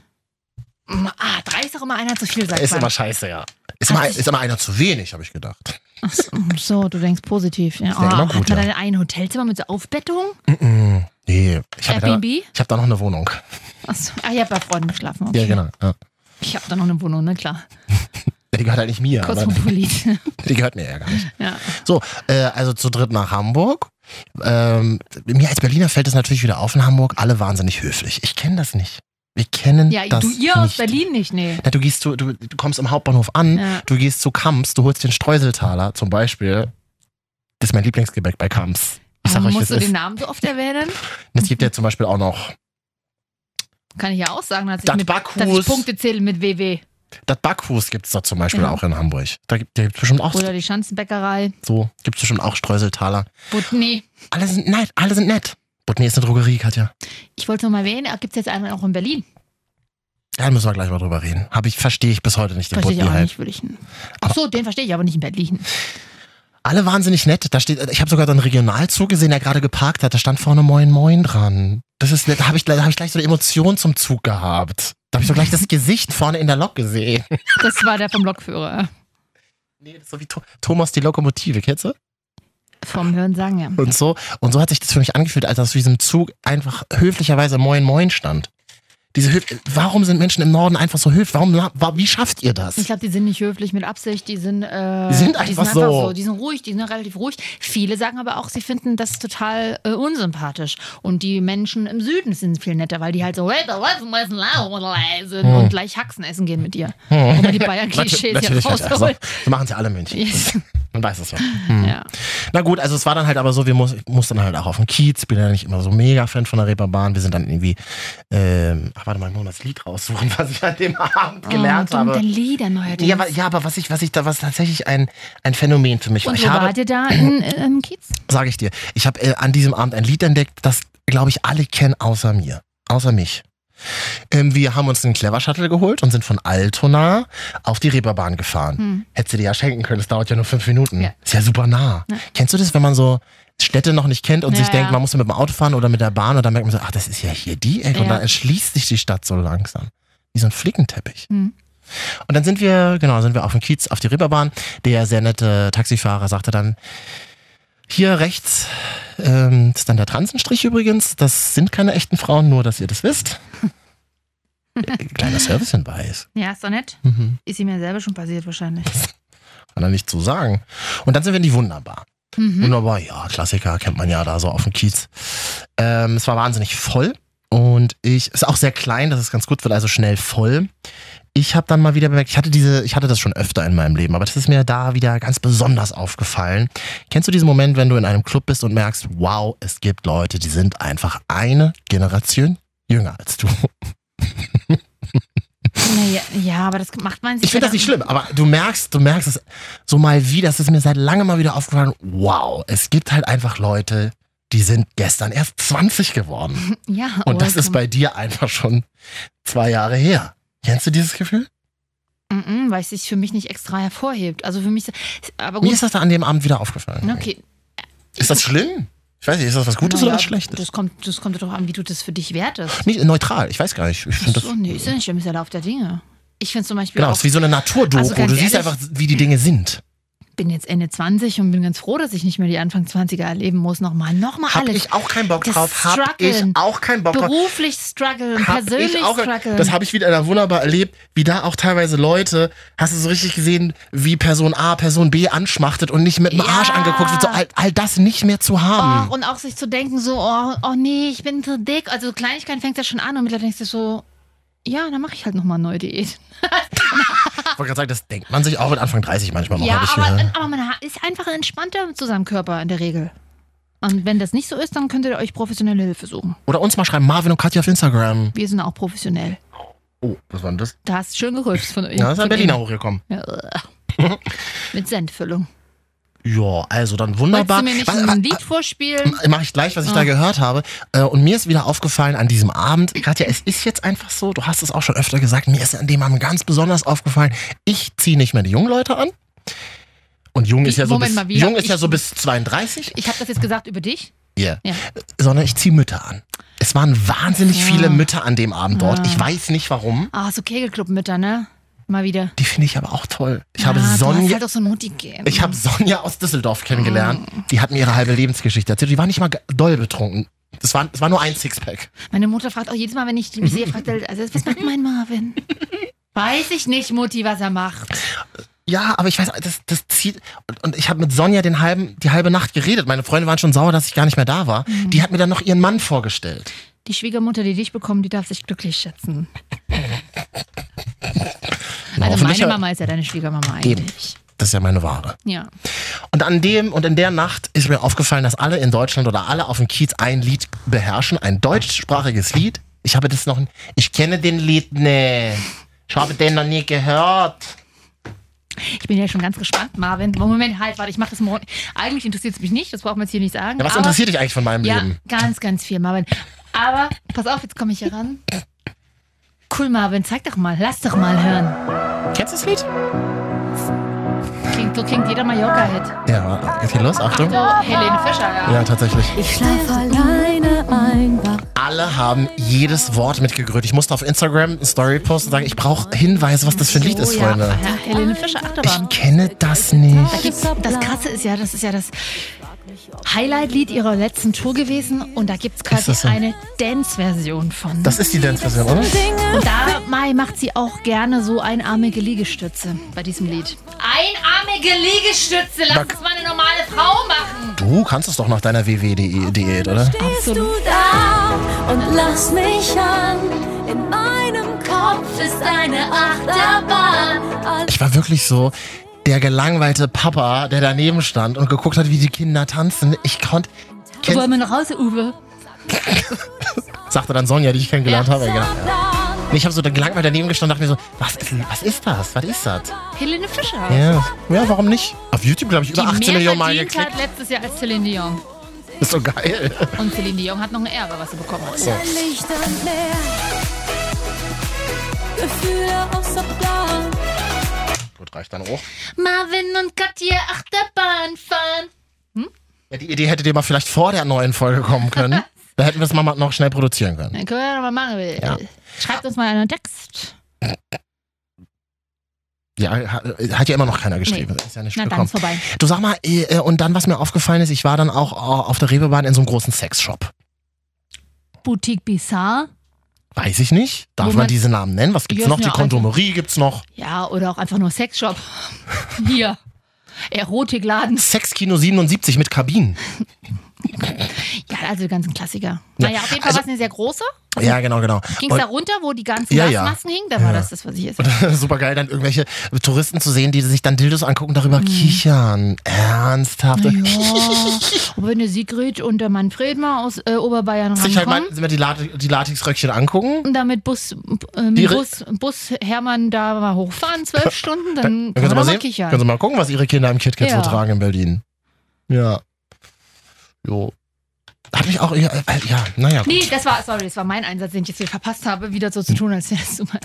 Ah, drei ist doch immer einer zu viel, sagt
Ist
man.
immer scheiße, ja. Ist immer,
Also ich-
ist immer einer zu wenig, habe ich gedacht.
Ach so, du denkst positiv. Ja.
wär immer
Oh,
gut,
hat man
ja.
dann ein Hotelzimmer mit so Aufbettung?
Mm-mm. Nee, ich habe da,
Airbnb?
ich hab da noch eine Wohnung.
Ach so. Ah, ich habe bei Freunden geschlafen. Okay.
Ja, genau. Ja.
Ich habe da noch eine Wohnung, ne klar.
Die gehört halt nicht mir, aber
Kosmopolit.
die gehört mir ja gar nicht.
ja.
So, äh, also zu dritt nach Hamburg. Ähm, mir als Berliner fällt es natürlich wieder auf in Hamburg. Alle wahnsinnig höflich. Ich kenne das nicht. Wir kennen
ja,
das
du ihr
nicht.
aus Berlin nicht, nee.
Na, du, gehst zu, du, du kommst am Hauptbahnhof an,
Ja.
du gehst zu Kamps, du holst den Streuseltaler zum Beispiel. Das ist mein Lieblingsgebäck bei Kamps. Ich sag
Warum
euch,
musst
das
du den
ist.
Namen so oft erwähnen?
Es gibt ja zum Beispiel auch noch
Kann ich ja auch sagen, dass ich,
Das
mit,
Backhus.
dass ich Punkte zähle mit WW.
Das Backhus gibt's da zum Beispiel
Ja.
auch in Hamburg. Da gibt es bestimmt auch
Oder die Schanzenbäckerei.
so, gibt's bestimmt auch Streuseltaler.
But, nee.
Alle sind nett, alle sind nett. Butney ist eine Drogerie, Katja.
Ich wollte nur mal erwähnen, gibt es jetzt einen auch in Berlin.
Da müssen wir gleich mal drüber reden. Hab ich, verstehe ich bis heute nicht den
Verstehe ich
Butney
auch
halt.
nicht, würde ich. Ach so, den verstehe ich aber nicht in Berlin.
Alle wahnsinnig nett. Da steht, ich habe sogar dann einen Regionalzug gesehen, der gerade geparkt hat. Da stand vorne Moin Moin dran. Das ist nett. Da habe ich, gleich- da hab ich gleich so eine Emotion zum Zug gehabt. Da habe ich so gleich das Gesicht vorne in der Lok gesehen.
Das war der vom Lokführer.
Nee, das ist so wie Tho- Thomas die Lokomotive, kennst du?
Vom Hörensagen, ja.
Und so, und so hat sich das für mich angefühlt, als aus diesem Zug einfach höflicherweise Moin Moin stand. Diese Höf Warum sind Menschen im Norden einfach so höflich? Warum, wa- wie schafft ihr das?
Ich glaube, die sind nicht höflich mit Absicht, die sind, äh,
Die sind einfach so.
Die sind ruhig, die sind relativ ruhig. Viele sagen aber auch, sie finden das total äh, unsympathisch. Und die Menschen im Süden sind viel netter, weil die halt so
Hm.
sind und gleich Haxen essen gehen mit dir. Um mal die
Natu-
Bayern-Klischees hier
Hm. natürlich, also,
rauszuholen.
wir machen es ja alle in München.
Yes.
Man weiß es ja.
Ja.
Na gut, also es war dann halt aber so, wir muss, ich muss dann halt auch auf den Kiez, bin ja nicht immer so mega Fan von der Reeperbahn. Wir sind dann irgendwie, ähm, ach warte mal, ich muss mal das Lied raussuchen, was ich an dem
Ah,
Abend gelernt
und
habe.
dann Lieder neuerdings.
Ja, aber, ja, aber was ich, was ich da, was tatsächlich ein, ein Phänomen für mich war.
und
Ich
wo
habe,
wart ihr da in, äh, im Kiez?
sage ich dir, ich habe äh, an diesem Abend ein Lied entdeckt, das, glaube ich, alle kennen außer mir, außer mich. Ähm, wir haben uns einen Clever Shuttle geholt und sind von Altona auf die Reeperbahn gefahren.
Hm.
Hättest du dir ja schenken können, das dauert ja nur fünf Minuten.
Ja.
Ist ja super nah.
Ja.
Kennst du das, wenn man so Städte noch nicht kennt und
Ja,
sich denkt,
ja.
man muss mit dem Auto fahren oder mit der Bahn und dann merkt man so, ach, das ist ja hier die Ecke und
Ja.
dann erschließt sich die Stadt so langsam. Wie so ein Flickenteppich.
Hm.
Und dann sind wir, genau, sind wir auf dem Kiez auf die Reeperbahn. Der sehr nette Taxifahrer sagte dann, hier rechts ähm, ist dann der Transenstrich übrigens. Das sind keine echten Frauen, nur dass ihr das wisst. Äh, Kleiner Servicehinweis.
Ja, ist doch nett.
Mhm.
Ist ihm ja selber schon passiert wahrscheinlich.
Kann er nicht so sagen. Und dann sind wir in die Wunderbar.
Mhm.
Wunderbar, ja, Klassiker kennt man ja da so auf dem Kiez. Ähm, es war wahnsinnig voll und ich, ist auch sehr klein, das ist ganz gut, wird also schnell voll. ich habe dann mal wieder bemerkt, ich hatte diese, ich hatte das schon öfter in meinem Leben, aber das ist mir da wieder ganz besonders aufgefallen. Kennst du diesen Moment, wenn du in einem Club bist und merkst, wow, es gibt Leute, die sind einfach eine Generation jünger als du.
Naja, ja, aber das macht man sich.
Ich finde das nicht
ja-
schlimm, aber du merkst, du merkst es so mal wieder, das ist mir seit langem mal wieder aufgefallen, wow, es gibt halt einfach Leute, die sind gestern erst 20 geworden.
Ja, oh,
Und das
welcome.
ist bei dir einfach schon zwei Jahre her. Kennst du dieses Gefühl?
Mm-mm, Mhm, weil es sich für mich nicht extra hervorhebt. Also für mich. Aber
Mir
gut. ne,
ist das da an dem Abend wieder aufgefallen.
okay.
Ist das schlimm? Ich weiß nicht, ist das was Gutes oder
Naja,
was Schlechtes?
Das kommt, das kommt darauf an, wie du das für dich wertest.
Nee, neutral, ich weiß gar nicht. Ich finde das.
Achso, nee, ist ja nicht schlimm, ist ja Lauf der Dinge. Ich finde zum Beispiel
Genau,
auch,
es ist wie so eine Naturdoku.
Also
du
ganz
siehst
ehrlich-
einfach, wie die Dinge sind.
bin jetzt Ende 20 und bin ganz froh, dass ich nicht mehr die Anfang 20er erleben muss. Nochmal, nochmal
Hab
alles.
ich auch keinen Bock
Das
drauf. Hab ich
Struggeln.
auch keinen Bock drauf.
Beruflich strugglen,
Hab
persönlich
ich auch,
strugglen.
das habe ich wieder da wunderbar erlebt, wie da auch teilweise Leute, hast du so richtig gesehen, wie Person A Person B anschmachtet und nicht mit dem
Ja. Oh.
Arsch angeguckt wird, so all, all das nicht mehr zu haben.
Och, und auch sich zu denken, so, oh, oh nee, ich bin zu dick. Also Kleinigkeiten fängt ja schon an und mittlerweile denkst du so, ja, dann mache ich halt nochmal neue Diät.
Ich wollte gerade sagen, das denkt man sich auch mit Anfang 30 manchmal noch.
ja,
hab ich,
aber,
äh,
aber man ha- ist einfach entspannter zu seinem Körper in der Regel. Und wenn das nicht so ist, dann könnt ihr euch professionelle Hilfe suchen.
oder uns mal schreiben, Marvin und Katja auf Instagram.
Wir sind auch professionell.
Oh, was war denn das?
Da hast du schön gerülpst von
Ja, ist
von
ein Berliner
innen.
hochgekommen.
Ja. Mit Sendfüllung.
Ja, also dann
Wolltest
wunderbar.
du mir nicht
Was-
ein Lied vorspielen?
mache ich gleich, was ich
Ah.
da gehört habe. Äh, Und mir ist wieder aufgefallen an diesem Abend, Katja, es ist jetzt einfach so, du hast es auch schon öfter gesagt, mir ist an dem Abend ganz besonders aufgefallen, ich ziehe nicht mehr die jungen Leute an. Und jung
Wie-
ist ja so,
Moment
bis,
mal, wie-
jung ist ja
ich-
so bis 32,
Ich habe das jetzt gesagt über dich.
yeah.
Ja.
sondern ich ziehe Mütter an. Es waren wahnsinnig
Ja.
viele Mütter an dem Abend dort.
Ja.
Ich weiß nicht warum.
Ah, so Kegelclub-Mütter, ne? Mal wieder.
Die finde ich aber auch toll. Ich
ah,
habe
Du hast
Sonja,
halt auch so Mhm. ein Mutti gegeben.
ich habe Sonja aus Düsseldorf kennengelernt. Die hat mir ihre halbe Lebensgeschichte erzählt. Die war nicht mal ge- doll betrunken. Es war, es war nur ein Sixpack.
Meine Mutter fragt auch jedes Mal, wenn ich die sehe, fragt sie, also, was macht mein Marvin? Weiß ich nicht, Mutti, was er macht.
Ja, aber ich weiß, das, das zieht. Und, und ich habe mit Sonja den halben, die halbe Nacht geredet. Meine Freunde waren schon sauer, dass ich gar nicht mehr da war. Die hat mir dann noch ihren Mann vorgestellt.
Die Schwiegermutter, die dich bekommt, die darf sich glücklich schätzen. Also
hoffentlich
meine
ja-
Mama ist ja deine Schwiegermama eigentlich.
Das ist ja meine Ware.
Ja.
Und an dem und in der Nacht ist mir aufgefallen, dass alle in Deutschland oder alle auf dem Kiez ein Lied beherrschen, ein deutschsprachiges Lied. Ich habe das noch. n- Ich kenne den Lied nicht. Ich habe den noch nie gehört.
Ich bin ja schon ganz gespannt, Marvin. Moment, halt, warte, ich mache das morgen. Eigentlich interessiert es mich nicht, das braucht man jetzt hier nicht sagen.
Ja, was
aber-
interessiert dich eigentlich von meinem
Ja,
Leben?
ganz, ganz viel, Marvin. Aber pass auf, jetzt komme ich hier ran. Cool, Marvin, zeig doch mal, lass doch mal hören.
Kennst du das Lied?
Klingt, so klingt jeder Mallorca-Hit.
Ja, geht hier los, Achtung.
So, Helene Fischer, ja.
Ja, tatsächlich.
Ich schlaf alleine ein, wach
Alle haben jedes Wort mitgegrölt. Ich musste auf Instagram eine Story posten und sagen, ich brauche Hinweise, was das für ein Lied ist,
So, Oh, ja,
Freunde.
ja, Helene Fischer, Achterbahn.
Ich kenne das nicht.
Gibt's, das Krasse ist ja, das ist ja das Highlight-Lied ihrer letzten Tour gewesen und da gibt es quasi
das so?
eine Dance-Version von.
Das ist die Dance-Version, oder?
und da Mai macht sie auch gerne so einarmige Liegestütze bei diesem Lied. Einarmige Liegestütze, lass es mal eine normale Frau machen.
Du kannst es doch nach deiner WW-Diät, oder?
bist du da und lass mich an. In meinem Kopf ist eine Achterbahn.
Ich war wirklich so der gelangweilte Papa, der daneben stand und geguckt hat, wie die Kinder tanzen. Ich konnte...
Wollen
Kenn,
wir noch raus, Uwe?
sagte dann Sonja, die ich kennengelernt habe. Ja, ja.
Achterbahn.
Ich habe so gelangweilt daneben gestanden und dachte mir so, was ist, was ist das? Was ist das?
Helene Fischer.
Ja, ja warum nicht? Auf YouTube, glaube ich, über 18
die mehr
Millionen Mal
verdient hat
geklickt.
letztes Jahr als Celine Dion.
Ist so geil.
Und Celine Dion hat noch ein Erbe, was sie bekommen hat.
Kein Licht und mehr. Gefühle außer Plan.
Gut, reicht dann auch.
Marvin und Katja Achterbahn fahren.
Ja, die Idee hättet ihr mal vielleicht vor der neuen Folge kommen können. da hätten wir es mal ma- noch schnell produzieren können.
Dann können wir ja noch mal machen. Will.
Ja.
Schreibt uns mal einen Text.
Ja, hat, hat ja immer noch keiner geschrieben. Ist ja nicht
Na, dann
gekommen.
ist vorbei.
Du sag mal, eh, äh, und dann, was mir aufgefallen ist, ich war dann auch äh, auf der Reeperbahn in so einem großen Sexshop.
Boutique Bizarre.
Weiß ich nicht. Darf
Wo
man,
man-
diese Namen nennen? Was gibt's
Ja,
noch?
ist
Die
mir auch
Kondomerie gibt's noch.
Ja, oder auch einfach nur Sexshop. Hier. Erotikladen.
Sexkino 77 mit Kabinen.
Ja, also die ganzen Klassiker.
Ja,
Naja, auf jeden Fall
also-
war es eine sehr große.
Ja, genau, genau.
Ging es
Und-
da runter, wo die ganzen
Ja, ja.
Gasmasken hingen? Da
Ja.
war das das, was ich jetzt.
Super geil, dann irgendwelche Touristen zu sehen, die sich dann Dildos angucken, darüber kichern. Ernsthaft.
Mhm. Ja, und wenn der Sigrid und der Manfred mal aus äh, Oberbayern
Sich halt mal
rankommen
die, Late, die Latexröckchen angucken.
und damit Bus, äh, mit
Ihre-
Bus, Bus Hermann da mal hochfahren, zwölf Stunden, dann kann
Dann können Sie
man
mal
doch mal
sehen, können Sie
kichern.
mal gucken, was Ihre Kinder im KitKat
Ja.
so tragen in Berlin. Ja. Jo. Hat mich auch, ja, äh, ja naja. gut.
Nee, das war, sorry, das war mein Einsatz, den ich jetzt hier verpasst habe, wieder so zu tun, als wärst du mal.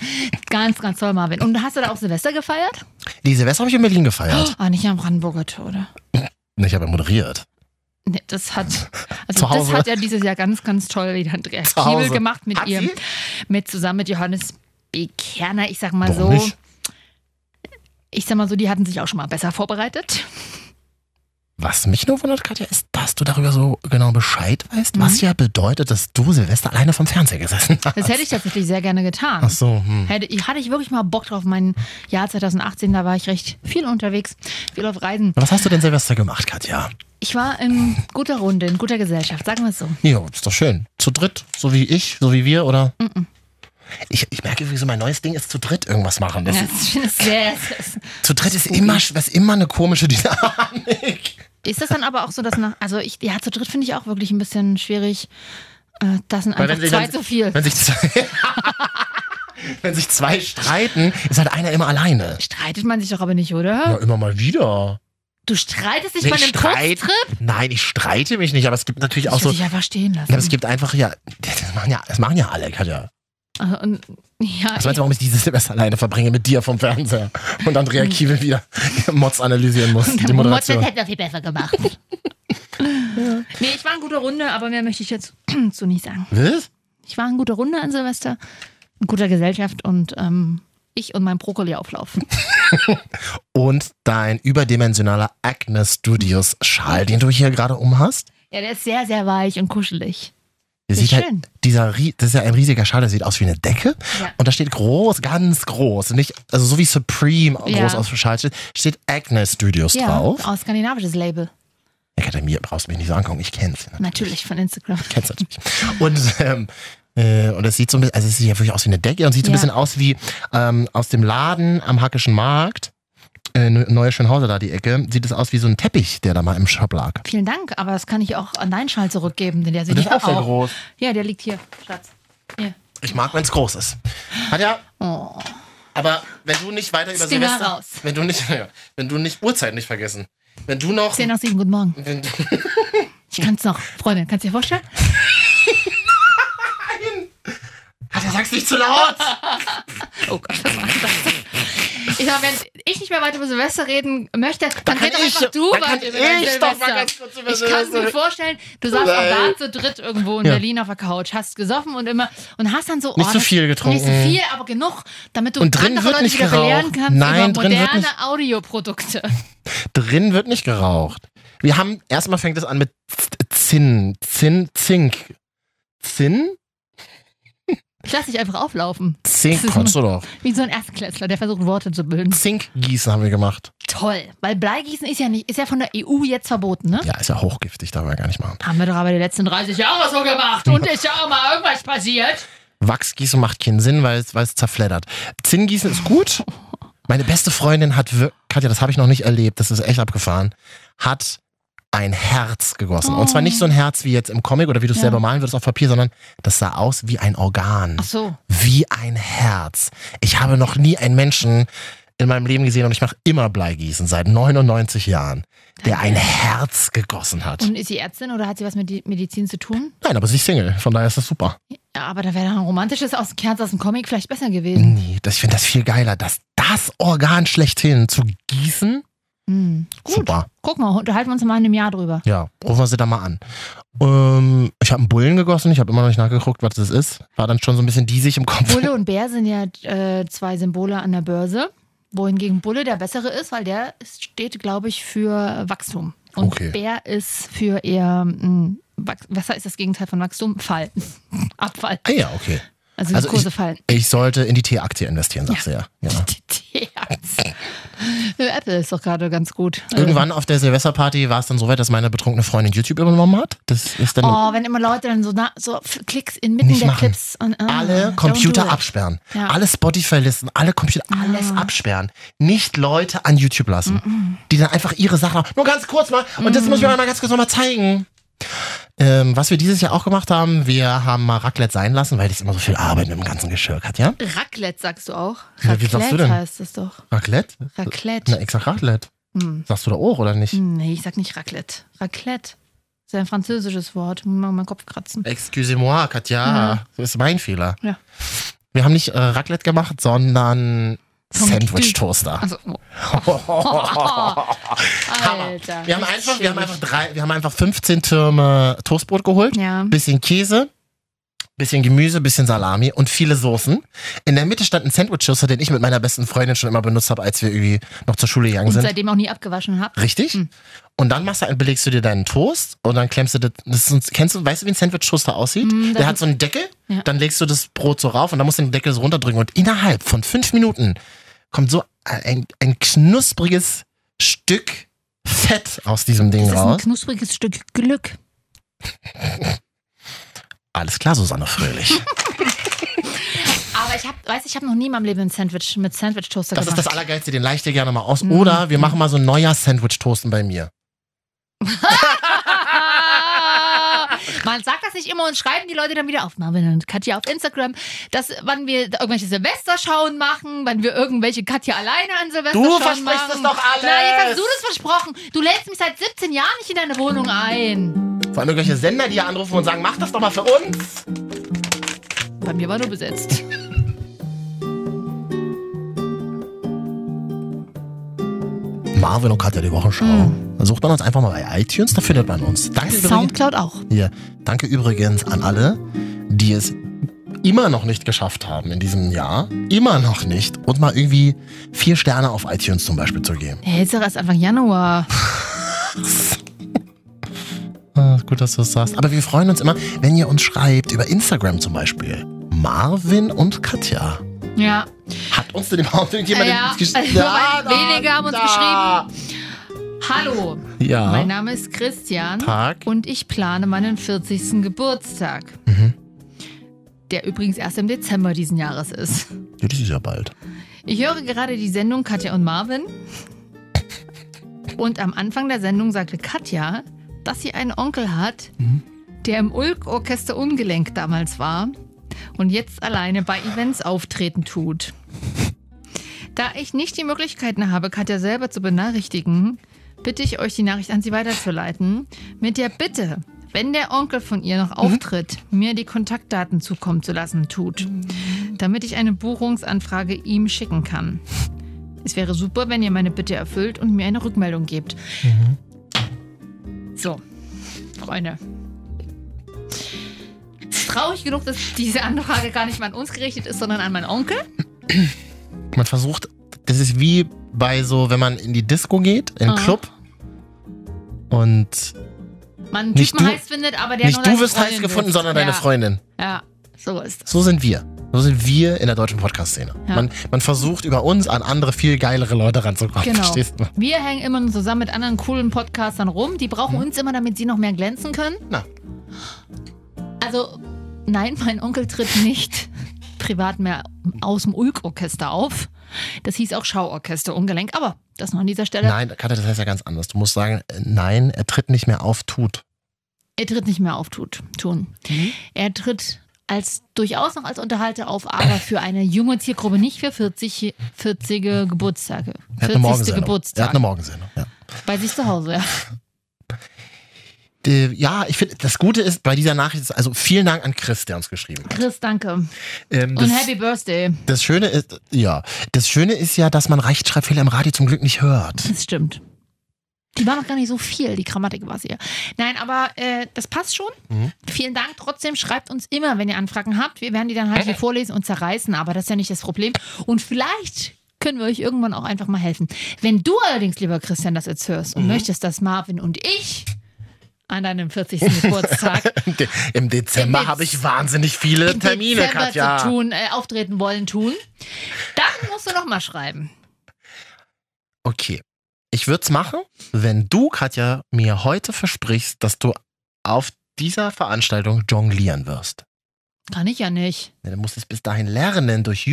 Ganz, ganz toll, Marvin. Und hast du da auch Silvester gefeiert?
Die Silvester habe ich in Berlin gefeiert.
Ah, nicht am Brandenburger Tor, oder?
Nee, Ich habe ja moderiert.
Nee, das hat, also
Zu
das
Hause.
hat ja dieses Jahr ganz, ganz toll wieder Andrea
Zu Hause.
Kiebel gemacht mit
Hat
ihrem,
sie?
mit zusammen mit Johannes B. Kerner. Ich sag mal
Warum
so,
nicht?
ich sag mal so, die hatten sich auch schon mal besser vorbereitet.
Was mich nur wundert, Katja, ist, dass du darüber so genau Bescheid weißt, was ja bedeutet, dass du Silvester alleine vom Fernseher gesessen hast.
Mhm. Das hätte ich tatsächlich sehr gerne getan.
Ach so, hm.
Hätte, ich- hatte ich wirklich mal Bock drauf, mein Jahr 2018, da war ich recht viel unterwegs, viel auf Reisen.
Was hast du denn Silvester gemacht, Katja?
Ich war in guter Runde, in guter Gesellschaft, sagen wir es so.
Ja, ist doch schön. Zu dritt, so wie ich, so wie wir, oder? Ich, ich merke, wie so mein neues Ding ist, zu dritt irgendwas machen. Das
Ja,
ist,
Das ist, sehr, das ist,
zu dritt ist immer, sch- was immer eine komische Dynamik.
Ist das dann aber auch so, dass nach, also ich, ja, zu dritt finde ich auch wirklich ein bisschen schwierig. Äh, Das sind einfach
sie
zwei
dann-
zu viel.
Wenn sich zwei, wenn sich zwei streiten, ist halt einer immer alleine.
Streitet man sich doch aber nicht, oder?
Ja, immer mal wieder.
Du streitest dich
Nee,
bei einem
streit-
Kurztrip?
Nein, ich streite mich nicht, aber es gibt natürlich
Ich
auch
würde
so.
dich einfach stehen
Ja, aber es
lassen.
gibt einfach ja, das machen ja, das machen ja alle, Katja.
Äh, und- Ja,
Was meinst du, warum ich dieses Silvester alleine verbringe mit dir vom Fernseher und Andrea
Hm.
Kiewel wieder Mods analysieren muss, die Moderation.
hätte viel besser gemacht. Nee, ich war in guter Runde, aber mehr möchte ich jetzt zu nicht sagen.
Was?
Ich war in guter Runde an Silvester, in guter Gesellschaft und ähm, ich und mein Brokkoli-Auflauf.
Und dein überdimensionaler Acne Studios Schal, den du hier gerade umhast.
Ja, der ist sehr, sehr weich und kuschelig.
Der
Ist
sieht halt,
schön.
dieser, rie- das ist ja ein riesiger Schal, der sieht aus wie eine Decke.
Ja.
Und da steht groß, ganz groß, nicht, also so wie Supreme
Ja.
groß auf dem Schal steht, steht Acne Studios
Ja,
drauf.
auch skandinavisches Label.
Ja, Katja, mir brauchst du mich nicht so angucken, ich kenn's.
Natürlich von Instagram.
kennst natürlich. Und ähm, äh, und es sieht so ein bisschen, also es sieht ja wirklich aus wie eine Decke und sieht so ein
Ja.
bisschen aus wie ähm, aus dem Laden am Hackischen Markt, äh, ne- Neue Schönhauser da die Ecke, sieht es aus wie so ein Teppich, der da mal im Shop lag.
Vielen Dank, aber das kann ich auch an deinen Schal zurückgeben, denn der sieht ja auch.
groß.
Ja, der liegt hier, Schatz. Hier.
Ich mag, wenn es groß ist. Hat ja,
Oh.
aber wenn du nicht weiter über
Stinger
Silvester,
raus.
wenn du nicht, ja, wenn du nicht Uhrzeit nicht vergessen, wenn du noch,
10 nach 7, guten Morgen.
wenn du,
Ich kann's noch. Freundin, kannst du dir vorstellen?
Alter, sag's nicht zu laut.
Oh Gott, was war das? Ich sag, wenn ich nicht mehr weiter über Silvester reden möchte,
kann
dann red doch
ich-
einfach du
dann kann
weiter über dein
ich
Silvester.
doch mal ganz kurz über
ich kann
Silvester
mir vorstellen, du saßt auch da
Nein.
zu dritt irgendwo in
Ja.
Berlin auf der Couch, hast gesoffen und immer und hast dann so oh,
Nicht so
das-
viel getrunken.
Nicht so viel, aber genug, damit du
Und drin
andere
wird
Leute
nicht
wieder belehren
geraucht.
kannst
Nein,
über
drin wird
moderne
nicht-
Audioprodukte.
Drin wird nicht geraucht. Wir haben, erstmal fängt es an mit Z- Zinn. Zinn, Zink. Zinn?
Ich lass dich einfach auflaufen.
Zink,
Das ist
konntest du doch.
Wie so ein Erstklässler, der versucht, Worte zu bilden.
Zinkgießen haben wir gemacht.
Toll. Weil Bleigießen ist ja nicht, ist ja von der EU jetzt verboten, ne?
Ja, ist ja hochgiftig, darf man gar nicht machen.
Haben wir doch aber die letzten 30 Jahre so gemacht. Und ist ja auch mal irgendwas passiert.
Wachsgießen macht keinen Sinn, weil es, weil es zerfleddert. Zinngießen ist gut. Meine beste Freundin hat, wir- Katja, das habe ich noch nicht erlebt, das ist echt abgefahren, hat ein Herz gegossen. Und zwar nicht so ein Herz wie jetzt im Comic oder wie du es
Ja.
selber malen würdest auf Papier, sondern das sah aus wie ein Organ.
Ach so.
wie ein Herz. Ich habe noch nie einen Menschen in meinem Leben gesehen und ich mache immer Bleigießen seit 99 Jahren, der ein Herz gegossen hat.
Und ist sie Ärztin oder hat sie was mit die Medizin zu tun?
Nein, aber sie ist Single, von daher ist das super.
Ja, aber da wäre doch ein romantisches aus Kerz aus dem Comic vielleicht besser gewesen.
Nee, das, ich finde das viel geiler, dass das Organ schlechthin zu gießen.
Hm. Gut.
Super.
Guck mal, unterhalten wir uns mal in einem Jahr drüber.
Ja, rufen wir sie da mal an. Ähm, ich habe einen Bullen gegossen, ich habe immer noch nicht nachgeguckt, was das ist. War dann schon so ein bisschen diesig im Kopf.
Bulle und Bär sind ja äh, zwei Symbole an der Börse, wohingegen Bulle der bessere ist, weil der ist- steht, glaube ich, für Wachstum. Und
Okay.
Bär ist für eher, mh, Wach- was ist das Gegenteil von Wachstum? Fall. Abfall.
Ah ja, okay.
Also,
Also
die Kurse
ich-
fallen.
Ich sollte in die T-Aktie investieren, sagst du ja. ja.
Die Tierarzt. Apple ist doch gerade ganz gut.
Irgendwann auf der Silvesterparty war es dann so weit, dass meine betrunkene Freundin YouTube übernommen hat. Das ist dann
Oh, wenn immer Leute dann so, na, so F- Klicks inmitten
Nicht
der
machen.
Clips. Und, ah,
alle
don't do
Computer
it.
absperren.
Ja.
Alle Spotify-Listen, alle Computer, alles absperren. Nicht Leute an YouTube lassen,
Mm,
die dann einfach ihre Sachen. Nur ganz kurz mal, und das muss ich mir mal ganz kurz nochmal zeigen. Ähm, was wir dieses Jahr auch gemacht haben, wir haben mal Raclette sein lassen, weil das immer so viel Arbeit mit dem ganzen Geschirr hat, ja?
Raclette sagst du auch.
Ja, wie sagst du
Raclette
denn?
heißt es doch.
Raclette?
Raclette.
Na, ich sag Raclette.
Hm.
Sagst du da auch, oder nicht?
Nee, ich sag nicht Raclette. Raclette. Das ist ein französisches Wort. Muss mal meinen Kopf kratzen.
Excusez-moi, Katja. Das ist mein Fehler.
Ja.
Wir haben nicht äh, Raclette gemacht, sondern
Fondue.
Sandwich-Toaster.
Also, oh. Alter.
Wir haben, einfach, wir, haben einfach drei, wir haben einfach 15 Türme Toastbrot geholt,
Ja.
bisschen Käse, bisschen Gemüse, bisschen Salami und viele Soßen. In der Mitte stand ein Sandwich-Toaster, den ich mit meiner besten Freundin schon immer benutzt habe, als wir irgendwie noch zur Schule gegangen
Und
sind.
seitdem auch nie abgewaschen hab.
Richtig?
Hm.
Und dann machst du, belegst du dir deinen Toast und dann klemmst du das, das ist, ein- kennst du, weißt du, wie ein Sandwich-Toaster aussieht?
Mm, das
Der hat
ist-
so einen Deckel,
Ja.
dann legst du das Brot so rauf und dann musst du den Deckel so runterdrücken und innerhalb von fünf Minuten kommt so ein, ein knuspriges Stück Fett aus diesem Ding
Das ist ein
raus.
knuspriges Stück Glück.
Alles klar, Susanne Fröhlich.
Aber ich hab, weiß ich habe noch nie in meinem Leben ein Sandwich mit Sandwich-Toaster
Das
gemacht.
ist das Allergeilste, den leih ich dir gerne mal aus.
Mhm.
Oder wir machen mal so ein neuer Sandwich-Toasten bei mir.
Ah! Man sagt das nicht immer und schreiben die Leute dann wieder auf Marvin und Katja auf Instagram, dass wann wir irgendwelche Silvesterschauen machen, wann wir irgendwelche Katja alleine an Silvesterschauen
Du
machen.
versprichst es doch alles.
Na, jetzt hast du das versprochen. Du lädst mich seit 17 Jahren nicht in deine Wohnung ein.
Vor allem irgendwelche Sender, die hier anrufen und sagen, mach das doch mal für uns.
Bei mir war nur besetzt.
Marvin und Katja, die Wochenschau.
Mhm.
Sucht man uns einfach mal bei iTunes, da findet man uns. Danke, übrigens,
Soundcloud auch.
hier. Danke übrigens an alle, die es immer noch nicht geschafft haben in diesem Jahr. Immer noch nicht. Und mal irgendwie vier Sterne auf iTunes zum Beispiel zu geben.
Hey, ist doch erst Anfang Januar.
Ah, gut, dass du es sagst. Aber wir freuen uns immer, wenn ihr uns schreibt, über Instagram zum Beispiel. Marvin und Katja.
Ja.
Hat uns denn überhaupt irgendjemand
Ja,
gesch-
also weil wenige haben uns Hallo,
geschrieben. Ja.
mein Name ist Christian.
Tag.
Und ich plane meinen 40. Geburtstag. Der übrigens erst im Dezember diesen Jahres ist.
Ja, das ist ja bald.
Ich höre gerade die Sendung Katja und Marvin. Und am Anfang der Sendung sagte Katja, dass sie einen Onkel hat, der im Ulk-Orchester Ungelenk damals war und jetzt alleine bei Events auftreten tut. Da ich nicht die Möglichkeiten habe, Katja selber zu benachrichtigen, bitte ich euch, die Nachricht an sie weiterzuleiten. Mit der Bitte, wenn der Onkel von ihr noch auftritt, mir die Kontaktdaten zukommen zu lassen tut, damit ich eine Buchungsanfrage ihm schicken kann. Es wäre super, wenn ihr meine Bitte erfüllt und mir eine Rückmeldung gebt. So, Freunde. Es ist traurig genug, dass diese Anfrage gar nicht mal an uns gerichtet ist, sondern an meinen Onkel.
Man versucht, das ist wie bei so, wenn man in die Disco geht, in den
Aha.
Club. Und
Man einen
Nicht
Typen
du-
heiß findet, aber der
nicht
nur
du
deine
wirst heiß
Freundin
gefunden,
will.
sondern deine
ja.
Freundin.
Ja, so ist das.
So sind wir. So sind wir in der deutschen Podcast-Szene.
Ja.
Man, man versucht über uns an andere viel geilere Leute ranzukommen.
Genau.
Verstehst du?
Wir hängen immer nur zusammen mit anderen coolen Podcastern rum. Die brauchen uns immer, damit sie noch mehr glänzen können.
Mhm. Na.
Also, nein, mein Onkel tritt nicht privat mehr aus dem Ulk-Orchester auf. Das hieß auch Schauorchester Ungelenk, aber das noch an dieser Stelle.
Nein, Katja, das heißt ja ganz anders. Du musst sagen, äh, nein, er tritt nicht mehr auf, tut.
Er tritt nicht mehr auf tut, tun.
Mhm.
Er tritt als durchaus noch als Unterhalter auf, aber für eine junge Zielgruppe, nicht für 40, 40 Geburtstage.
Er hat eine
40.
Morgensendung. Er hat
Geburtstag.
eine Morgensendung, ja.
Bei sich zu Hause, ja.
Äh, Ja, ich finde, das Gute ist bei dieser Nachricht, ist- also vielen Dank an Chris, der uns geschrieben hat.
Chris, danke.
Ähm, das,
Und Happy Birthday.
das Schöne ist, ja, das Schöne ist ja, dass man Rechtschreibfehler im Radio zum Glück nicht hört.
Das stimmt. Die waren noch gar nicht so viel, die Grammatik war sie. Nein, aber äh, das passt schon.
Mhm.
Vielen Dank. Trotzdem schreibt uns immer, wenn ihr Anfragen habt. Wir werden die dann halt
Äh,
hier vorlesen und zerreißen, aber das ist ja nicht das Problem. Und vielleicht können wir euch irgendwann auch einfach mal helfen. Wenn du allerdings, lieber Christian, das jetzt hörst
Mhm.
und möchtest, dass Marvin und ich an deinem 40. Geburtstag
Im De- Im Dezember
Im Dez-
habe ich wahnsinnig viele
im
Termine,
Dezember zu
Katja.
tun, äh, auftreten wollen tun, dann musst du nochmal schreiben.
okay. Ich würde es machen, wenn du, Katja, mir heute versprichst, dass du auf dieser Veranstaltung jonglieren wirst.
Kann ich ja nicht.
Ja, Dann musst du es bis dahin lernen durch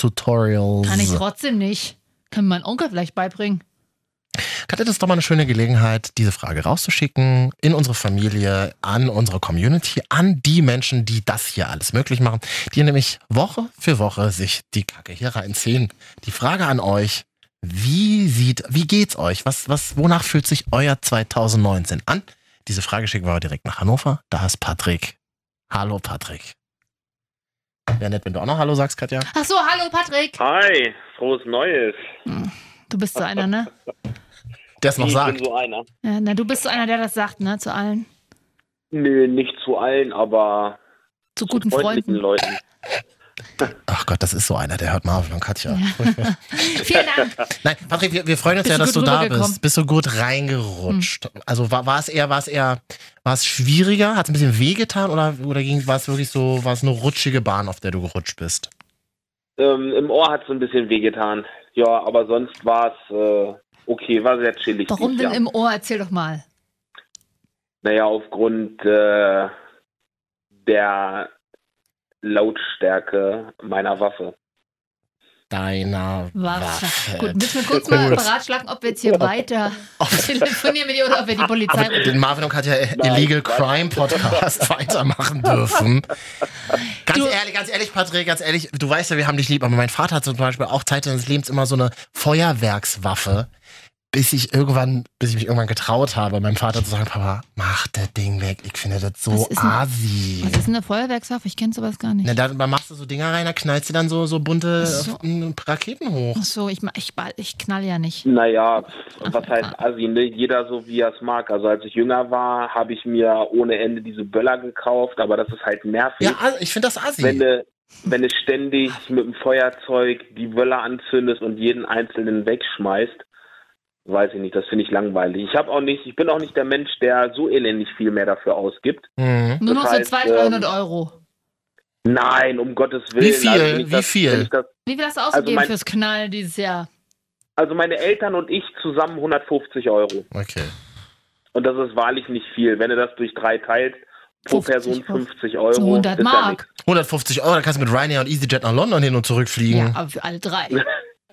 YouTube-Tutorials.
Kann ich trotzdem nicht. Kann mein Onkel vielleicht beibringen.
Katja, das ist doch mal eine schöne Gelegenheit, diese Frage rauszuschicken in unsere Familie, an unsere Community, an die Menschen, die das hier alles möglich machen, die nämlich Woche für Woche sich die Kacke hier reinziehen. Die Frage an euch, wie sieht, wie geht's euch? Was, was, wonach fühlt sich euer 2019 an? Diese Frage schicken wir aber direkt nach Hannover. Da ist Patrick. Hallo Patrick. Wäre nett, wenn du auch noch Hallo sagst, Katja.
Ach so, hallo Patrick.
Hi, frohes Neues.
Du bist so einer, ne?
Der es noch
ich
sagt.
bin so einer.
Ja, na, du bist so einer, der das sagt, ne? Zu allen.
Nö, nicht zu allen, aber
Zu guten Freunden.
freundlichen Leuten.
Ach Gott, das ist so einer, der hört Marvin und Katja.
Vielen Dank.
Nein, Patrick, wir, wir freuen uns
Bist
ja,
du
dass du
gut
da
rübergekommen? Hm.
bist. Bist du gut reingerutscht? Also war, war es eher, war es eher, war es schwieriger? Hat es ein bisschen wehgetan oder, oder ging, war es wirklich so, war es eine rutschige Bahn, auf der du gerutscht bist?
Ähm, Im Ohr hat es ein bisschen wehgetan. Ja, aber sonst war es äh, okay, war sehr chillig.
Warum
dieses
denn
Jahr.
im Ohr? Erzähl doch mal.
Naja, aufgrund äh, der Lautstärke meiner Waffe.
Deiner
Waffe.
Waffe.
Gut, müssen wir kurz mal beratschlagen, ob wir jetzt hier weiter telefonieren mit ihr oder ob wir die Polizei rufen.
Den Marvin und Katja äh,
Nein,
Illegal
Quatsch.
Crime Podcast weitermachen dürfen. Ganz
Du-
ehrlich, ganz ehrlich, Patrick, ganz ehrlich, du weißt ja, wir haben dich lieb, aber mein Vater hat zum Beispiel auch Zeit seines Lebens immer so eine Feuerwerkswaffe, bis ich irgendwann, bis ich mich irgendwann getraut habe, meinem Vater zu sagen, Papa, mach das Ding weg, ich finde das so
Was ist denn-
asi.
Was ist denn eine Feuerwerkswaffe? Ich kenne sowas gar nicht.
Na, da da machst du so Dinger rein, da knallst du dann so, so bunte
Ach so.
äh, Raketen hoch.
Ach so, ich, ma- ich, ball- ich knall ja
Hm,
nicht.
Naja, pf, was heißt Assi, ne? Jeder so, wie er es mag. Also als ich jünger war, habe ich mir ohne Ende diese Böller gekauft, aber das ist halt nervig.
Ja, also, ich finde das asi.
wenn du, wenn du ständig mit dem Feuerzeug die Wölle anzündest und jeden einzelnen wegschmeißt, weiß ich nicht, das finde ich langweilig. Ich habe auch nicht, ich bin auch nicht der Mensch, der so elendig viel mehr dafür ausgibt.
mhm.
Nur
Das
noch so
heißt,
200, 300
ähm,
Euro.
Nein, um Gottes Willen.
Wie viel?
Also wenn ich
Wie
das,
viel?
wenn Ich das,
Wie viel hast du ausgegeben
also mein-
fürs Knallen dieses Jahr?
also meine Eltern und ich zusammen 150 Euro.
Okay.
Und das ist wahrlich nicht viel. Wenn du das durch drei teilst, pro
50
Person
Euro.
50 Euro.
So 100
ist ja
Mark.
nichts.
150 Euro, da kannst du mit Ryanair und EasyJet nach London hin und zurück
Ja,
fliegen.
aber für alle drei.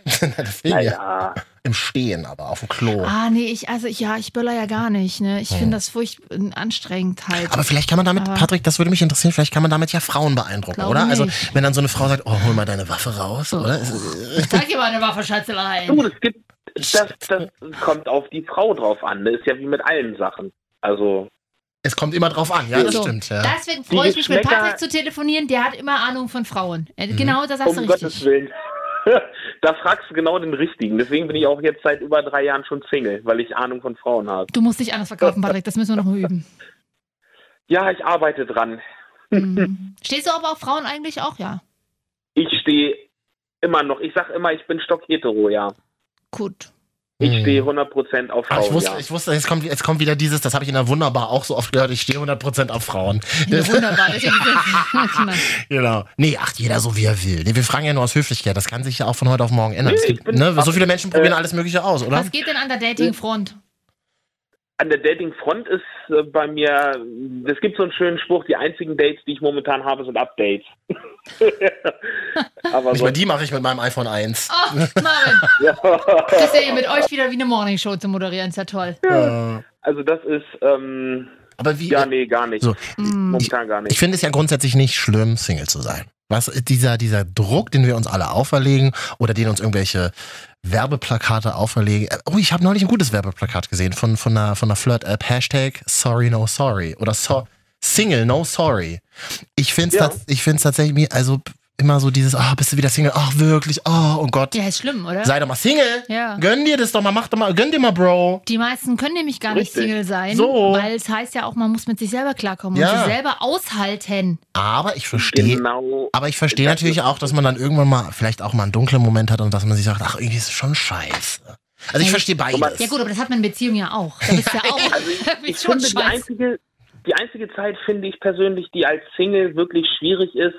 Das fehlt ja.
Naja,
Im Stehen, aber auf dem Klo.
Ah, nee, ich, also ich, ja, ich böller ja gar nicht, ne? Ich finde das furchtbar anstrengend halt.
Aber vielleicht kann man damit,
Aber-
Patrick, das würde mich interessieren, vielleicht kann man damit ja Frauen beeindrucken,
Glaube
oder? Also,
nicht.
wenn dann so eine Frau sagt, oh, hol mal deine Waffe raus,
Oh.
oder? Ist-
Ich zeig dir mal eine Waffe, Schatzelein.
du, das gibt, das, das kommt auf die Frau drauf an. Das ist ja wie mit allen Sachen. Also,
Es kommt immer drauf an, ja, das
So,
stimmt, ja.
Deswegen freue ich mich, mit
Geschmäcker-
Patrick zu telefonieren. Der hat immer Ahnung von Frauen. Äh,
Mhm.
Genau, das hast
um
du
Gottes
richtig.
Willen. da fragst du genau den Richtigen. Deswegen bin ich auch jetzt seit über drei Jahren schon Single, weil ich Ahnung von Frauen habe.
Du musst dich anders verkaufen, Patrick. Das müssen wir noch mal üben.
Ja, ich arbeite dran.
Mhm. Stehst du aber auf Frauen eigentlich auch, ja?
Ich stehe immer noch, ich sag immer, ich bin stockhetero, ja.
Gut.
Ich
Hm.
stehe 100% auf
Aber
Frauen,
ich wusste,
Oh, ja.
ich wusste, jetzt kommt, jetzt kommt wieder dieses, das habe ich in der Wunderbar auch so oft gehört, ich stehe 100% auf Frauen.
Ja, wunderbar. Das ist ja genau.
Genau. Nee, ach, jeder so wie er will. Nee, wir fragen ja nur aus Höflichkeit, das kann sich ja auch von heute auf morgen ändern.
Nee,
es
ich
gibt,
bin- Äh,
ne, so viele Menschen probieren alles Mögliche aus, oder?
Was geht denn an der Dating-Front?
An der Dating-Front ist äh, bei mir, es gibt so einen schönen Spruch, die einzigen Dates, die ich momentan habe, sind Updates. Aber
Nicht mal
so,
die mache ich mit meinem iPhone 1.
Oh, Marvin. Das ist ja hier mit euch wieder wie eine Morningshow zu moderieren. Ist ja toll.
Äh,
also das ist, ähm,
aber wie,
ja, nee, gar nicht.
So,
momentan gar nicht.
Ich finde es ja grundsätzlich nicht schlimm, Single zu sein. Was dieser, dieser Druck, den wir uns alle auferlegen oder den uns irgendwelche Werbeplakate auferlegen. Äh, Oh, ich habe neulich ein gutes Werbeplakat gesehen von, von einer, von einer Flirt-App. Hashtag Sorry No Sorry oder so, Single No Sorry. Ich finde es
Ja.
tatsächlich mir- also immer so dieses, ah, bist du wieder Single? Ach, wirklich? Oh, oh Gott.
Ja, ist schlimm, oder?
Sei doch mal Single.
Ja.
Gönn dir das doch mal, mach doch mal, gönn dir mal, Bro.
Die meisten können nämlich gar nicht
Richtig.
Single sein,
So.
weil es heißt ja auch, man muss mit sich selber klarkommen und
Ja.
sich selber aushalten.
Aber ich verstehe
Genau.
Aber ich verstehe natürlich auch, dass man dann irgendwann mal vielleicht auch mal einen dunklen Moment hat und dass man sich sagt, ach, irgendwie ist es schon scheiße. Also ich verstehe beides.
Ja gut, aber das hat man in Beziehungen ja auch. Da bist du ja auch
also Ich
ist schon
finde, die
scheiße.
einzige, die einzige Zeit, finde ich persönlich, die als Single wirklich schwierig ist,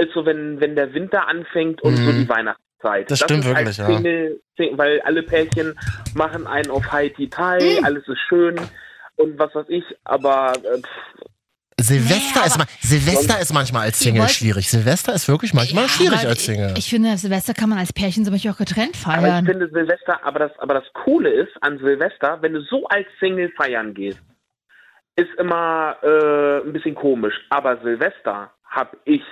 ist so, wenn, wenn der Winter anfängt und
Mhm.
so die Weihnachtszeit. Zeit.
Das stimmt
ist
wirklich,
halt
ja.
Single, Sing- Weil alle Pärchen machen einen auf Haiti Thai, alles ist schön und was weiß ich, aber äh, pff,
Silvester,
Nee,
ist, ma Silvester ist manchmal als
Ich
Single
wollt-
schwierig. Silvester ist wirklich manchmal
Ja,
schwierig
aber
als Single.
Ich, ich finde, Silvester kann man als Pärchen zum Beispiel auch getrennt
aber ich
feiern.
finde Silvester, aber das, aber das Coole ist an Silvester, wenn du so als Single feiern gehst, ist immer äh, ein bisschen komisch. Aber Silvester habe ich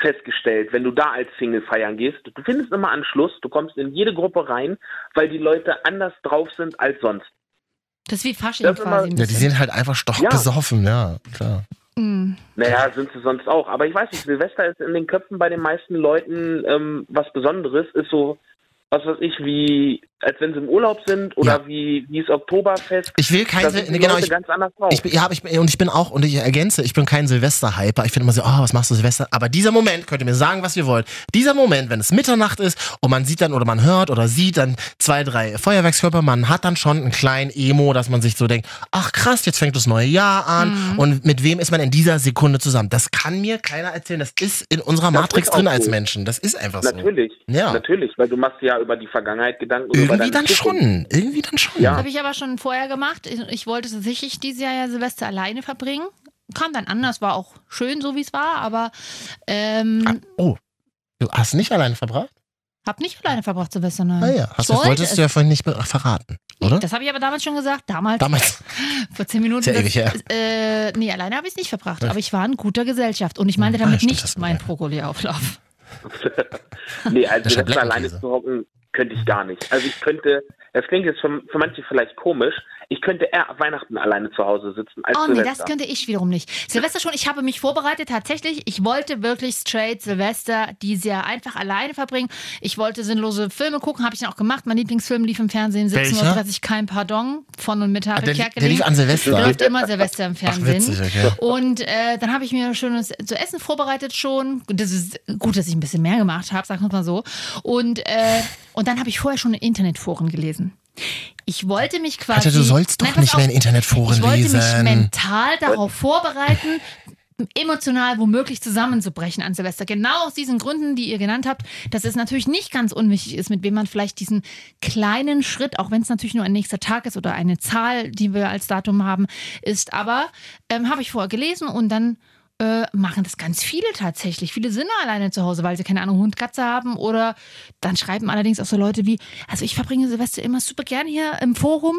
festgestellt, wenn du da als Single feiern gehst, du findest immer Anschluss, du kommst in jede Gruppe rein, weil die Leute anders drauf sind als sonst.
Das ist wie Fasching
Das ist
quasi. ein
ja, die
bisschen.
sind halt einfach stockbesoffen, ja. klar.
Mm.
Naja, sind sie sonst auch. Aber ich weiß nicht, Silvester ist in den Köpfen bei den meisten Leuten ähm, was Besonderes. Ist so, was weiß ich, wie, als wenn sie im Urlaub sind oder
Ja.
wie, wie ist Oktoberfest.
Ich will
Da
kein
sind
Silvester,
die
genau,
Leute
ich,
ganz anders drauf.
ich, bin- ja, aber ich, bin- und ich bin auch, und ich ergänze, ich bin kein Silvester-Hyper. Ich finde immer so, oh, was machst du Silvester? Aber dieser Moment, könnt ihr mir sagen, was ihr wollt, dieser Moment, wenn es Mitternacht ist und man sieht dann oder man hört oder sieht dann zwei, drei Feuerwerkskörper, man hat dann schon einen kleinen Emo, dass man sich so denkt, ach krass, jetzt fängt das neue Jahr
Mhm.
an und mit wem ist man in dieser Sekunde zusammen? Das kann mir keiner erzählen. Das ist in unserer
Das
Matrix
ist auch
drin als
so.
Menschen. Das ist einfach so.
Natürlich,
Ja.
natürlich, weil du machst dir ja über die Vergangenheit Gedanken. und über
Irgendwie
deine
dann
Zukunft.
schon. Irgendwie dann schon.
Ja.
Das habe ich aber schon vorher gemacht. Ich- Ich wollte tatsächlich dieses Jahr ja Silvester alleine verbringen. Kam dann anders, war auch schön, so wie es war, aber ähm,
Oh, du hast nicht alleine verbracht?
hab nicht alleine verbracht Silvester. Nein.
Ah ja, hast
Ich
du, das
wollte
wolltest
es.
du ja vorhin nicht be- verraten, oder?
Das habe ich aber damals schon gesagt. Damals,
Damals.
vor zehn Minuten.
Ist ja ewig her.
äh, nee, alleine habe ich es nicht verbracht.
Ja.
Aber ich war in guter Gesellschaft. Und ich
Ah,
meinte
ja,
damit
stimmt, das
nicht
war
meinen
geil.
Prokoliauflauf.
Nee, also
Das ist ja
Silvester alleine
Blackout-Käse.
zu hocken, könnte ich gar nicht. Also ich könnte, das klingt jetzt für, für manche vielleicht komisch, ich könnte eher ab Weihnachten alleine zu Hause sitzen als
Oh nee,
Silvester.
das könnte ich wiederum nicht. Silvester schon, ich habe mich vorbereitet tatsächlich. Ich wollte wirklich straight Silvester dieses Jahr einfach alleine verbringen. Ich wollte sinnlose Filme gucken, habe ich dann auch gemacht. Mein Lieblingsfilm lief im Fernsehen
Welcher?
17.30 Uhr, kein Pardon, von und mit
Ah,
Harry
der,
Kerkeling.
der lief an
Der
Silvester.
läuft immer Silvester im
Ach,
Fernsehen.
witzig, okay.
Und äh, dann habe ich mir schönes zu essen vorbereitet schon. Das ist gut, dass ich ein bisschen mehr gemacht habe, sagen wir mal so. Und, äh, und dann habe ich vorher schon in Internetforen gelesen. Ich wollte mich quasi.
Alter, du sollst doch
pass
nicht mehr in Internetforen
Ich wollte
lesen.
mich mental darauf vorbereiten, emotional womöglich zusammenzubrechen an Silvester. Genau aus diesen Gründen, die ihr genannt habt, dass es natürlich nicht ganz unwichtig ist, mit wem man vielleicht diesen kleinen Schritt, auch wenn es natürlich nur ein nächster Tag ist oder eine Zahl, die wir als Datum haben, ist. Aber ähm, habe ich vorher gelesen und dann äh, machen das ganz viele tatsächlich. Viele sind alleine zu Hause, weil sie keine Ahnung, Hund, Katze haben oder dann schreiben allerdings auch so Leute wie, also ich verbringe Silvester immer super gern hier im Forum,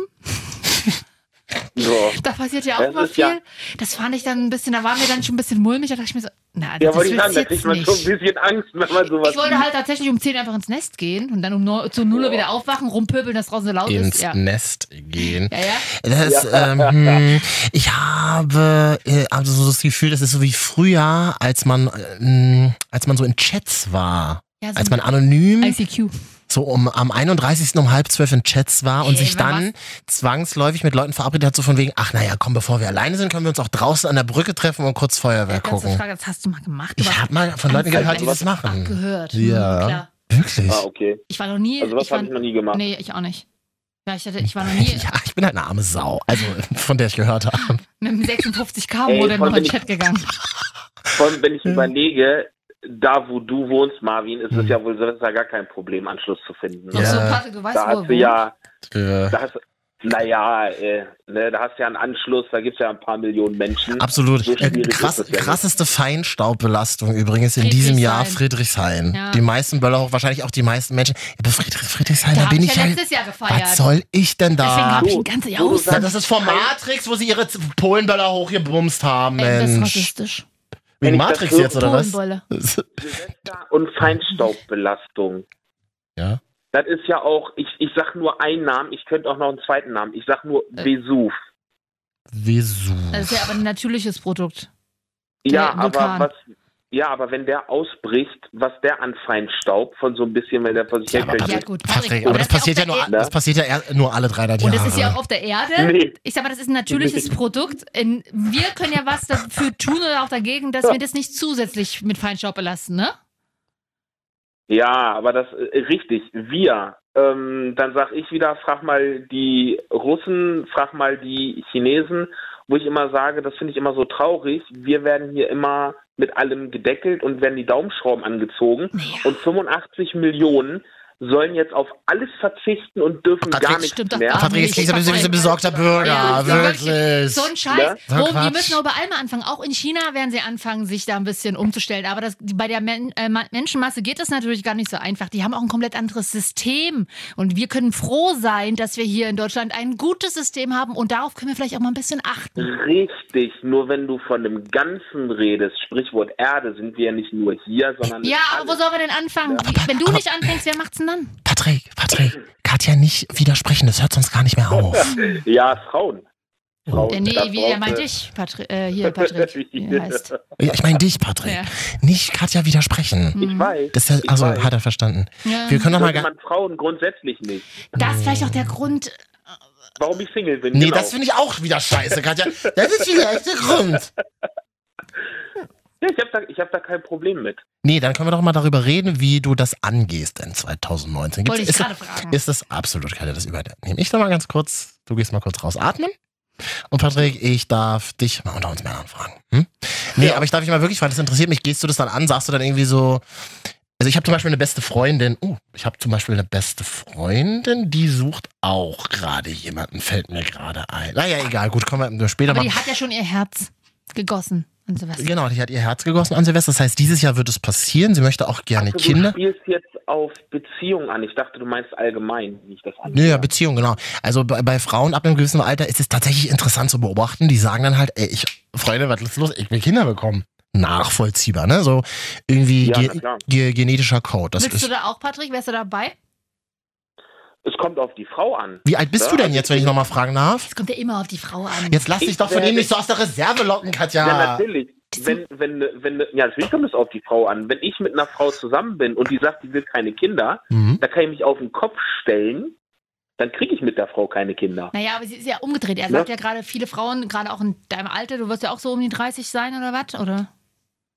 so.
da passiert ja auch
Das
immer
ist
viel.
ja-
Das fand ich dann ein bisschen, da war mir dann schon ein bisschen mulmig. Da dachte ich mir so, na,
Ja,
das
wollte
will
ich sagen, da
jetzt
kriegt man
nicht.
schon ein bisschen Angst, wenn man sowas
Ich wollte halt tatsächlich um 10 einfach ins Nest gehen und dann um neun- zu 0 Uhr wieder aufwachen, rumpöbeln, dass draußen so laut
Ins
ist. Ja.
Nest gehen.
Ja, ja.
Das, ähm, ich habe äh, also so das Gefühl, das ist so wie früher, als man, äh, als man so in Chats war.
Ja, so
Als man anonym
ICQ.
so um am 31. um halb zwölf in Chats war und
Ey,
sich
wer
dann zwangsläufig mit Leuten verabredet hat, so von wegen, ach naja, komm, bevor wir alleine sind, können wir uns auch draußen an der Brücke treffen und kurz
Ja,
Feuerwerk
das, halt
gucken.
Frage, das hast du mal gemacht.
Ich habe mal von Leuten gehört, die das
Ach,
machen.
gehört.
Ja.
Hm, klar.
Wirklich?
Ah, okay.
Ich war noch nie.
Also was
ich war,
habe ich noch nie gemacht.
Nee, ich auch nicht. Ja, ich, hatte, ich war noch nie
Ja, ich bin halt eine arme Sau, also von der ich gehört habe.
mit einem 56k
Ey,
Modem
voll
noch in den
bin ich-
Chat gegangen.
Vor allem,
Hm.
wenn ich überlege, da wo du wohnst, Marvin, ist es
Mhm.
ja wohl Silvester gar kein Problem, Anschluss zu finden.
Ja.
Ach so, Patrick, du weißt,
Da
wo er
hast du
wohnt.
ja,
Äh,
da hast, naja, äh, ne, da hast du ja einen Anschluss, da gibt es ja ein paar Millionen Menschen.
Absolut.
So
Äh,
schwierig
krass,
ist es ja nicht.
krasseste Feinstaubbelastung übrigens in diesem Jahr Friedrichshain.
Ja.
Die meisten Böller hoch, wahrscheinlich auch die meisten Menschen. Aber Friedrich, Friedrichshain, da,
Da hab
bin
ich
ich
ja
halt.
letztes Jahr gefeiert.
Was soll ich denn
Deswegen
da?
hab ich ein ganzes Jahr
Wo du
aus.
Na,
sagst,
das ist vor Matrix, wo sie ihre Z- Polenböller hochgebumst haben,
Ey, das ist
Mensch.
rassistisch.
Wie
Wenn ich
Matrix
das so-
jetzt, oder was?
Polenbolle.
Silvester und Feinstaubbelastung.
Ja.
Das ist ja auch, ich, ich sag nur einen Namen, ich könnte auch noch einen zweiten Namen. Ich sag nur
Äh.
Vesuv.
Vesuv.
Das ist ja aber ein natürliches Produkt.
Ja,
der Vulkan.
aber was, ja, aber wenn der ausbricht, was der an Feinstaub von so ein bisschen, wenn der vor sich
Ja,
ja,
aber,
Ja,
Patrick,
herkömmlich
gut, Patrick,
Patrick,
gut,
aber
das
das passiert ja
ist auch
nur,
der-
das passiert ja eher nur alle 300 Jahre.
Und das ist ja auch auf der Erde.
Nee.
Ich sag mal, das ist ein natürliches Produkt. In- Wir können ja was dafür tun oder auch dagegen, dass wir das nicht zusätzlich mit Feinstaub belasten, ne?
ja, aber das äh, richtig, wir. Ähm, dann sag ich wieder, frag mal die Russen, frag mal die Chinesen, wo ich immer sage, das finde ich immer so traurig, wir werden hier immer mit allem gedeckelt und werden die Daumenschrauben angezogen. Und 85 Millionen sollen jetzt auf alles verzichten und dürfen
Patrick,
gar nichts
stimmt doch
mehr.
gar
Patrick, es klingt so ein bisschen wie so ein besorgter Bürger.
Ja,
wirklich.
So ein
Ja?
Scheiß.
So ein
Rom, die
Quatsch.
müssen aber bei allem anfangen. Auch in China werden sie anfangen, sich da ein bisschen umzustellen. Aber das, bei der Men äh, Ma- Menschenmasse geht das natürlich gar nicht so einfach. Die haben auch ein komplett anderes System. Und wir können froh sein, dass wir hier in Deutschland ein gutes System haben. Und darauf können wir vielleicht auch mal ein bisschen achten.
Richtig, nur wenn du von dem Ganzen redest, Sprichwort Erde, sind wir ja nicht nur hier, sondern
Ja,
alles.
aber wo sollen wir denn anfangen?
Ja.
Wenn du
Aber-
nicht anfängst, wer macht's denn dann?
Patrick, Patrick, Katja nicht widersprechen, das hört sonst gar nicht mehr auf.
ja Frauen. Frauen.
Äh, nee,
Da
wie er
brauchst
meint
du-
dich, Patri äh, hier, Patrick. Wie er heißt.
Ja, Ich meine dich, Patrick.
Ja.
Nicht Katja widersprechen.
Ich weiß.
Das ist ja,
ich
also
weiß.
hat er verstanden.
Ja.
Wir können doch mal.
Sollte
ga-
man Frauen grundsätzlich nicht.
Das ist vielleicht auch der Grund.
Warum ich Single bin.
Nee,
genau.
das finde ich auch wieder scheiße, Katja. Das ist wieder echte Grund.
ja, ich habe da, ich hab da kein Problem mit.
Nee, dann können wir doch mal darüber reden, wie du das angehst in 2019.
Wollte ich
ist,
gerade fragen.
ist das absolut Katja, das übernehme ich doch mal ganz kurz. Du gehst mal kurz raus atmen. Und Patrick, ich darf dich mal unter uns Männern fragen. Hm? Nee, aber ich darf dich mal wirklich fragen, das interessiert mich. Gehst du das dann an? Sagst du dann irgendwie so. Also ich habe zum Beispiel eine beste Freundin. Oh, ich habe zum Beispiel eine beste Freundin, die sucht auch gerade jemanden, fällt mir gerade ein. Naja, egal, gut, kommen wir später
Aber
mal.
die hat ja schon ihr Herz gegossen und sowas.
Genau, die hat ihr Herz gegossen an Silvester. Das heißt, dieses Jahr wird es passieren. Sie möchte auch gerne
Also, Du
Kinder.
spielst jetzt auf Beziehung an. Ich dachte, du meinst allgemein, wie ich das an.
Nö, ja, Beziehung, genau. Also bei, bei Frauen ab einem gewissen Alter ist es tatsächlich interessant zu beobachten. Die sagen dann halt, ey, ich, Freunde, was ist los? Ich will Kinder bekommen. Nachvollziehbar, ne? So irgendwie
Ja, na
ge
klar.
ge genetischer Code. Das
Willst du
ist.
da auch, Patrick? Wärst du dabei?
Es kommt auf die Frau an.
Wie alt bist
Ja,
du denn
also
jetzt, wenn ich nochmal fragen darf?
Es kommt ja immer auf die Frau an.
Jetzt lass dich
Ich
doch von
werde-
ihm nicht so aus der Reserve locken, Katja.
Ja, natürlich. Wenn, wenn, wenn, ja, natürlich kommt es auf die Frau an. Wenn ich mit einer Frau zusammen bin und die sagt, die will keine Kinder,
Mhm.
da kann ich mich auf den Kopf stellen, dann kriege ich mit der Frau keine Kinder.
Naja, aber sie ist ja umgedreht. Er
Ne?
sagt ja gerade, viele Frauen, gerade auch in deinem Alter, du wirst ja auch so um die 30 sein oder was? Oder?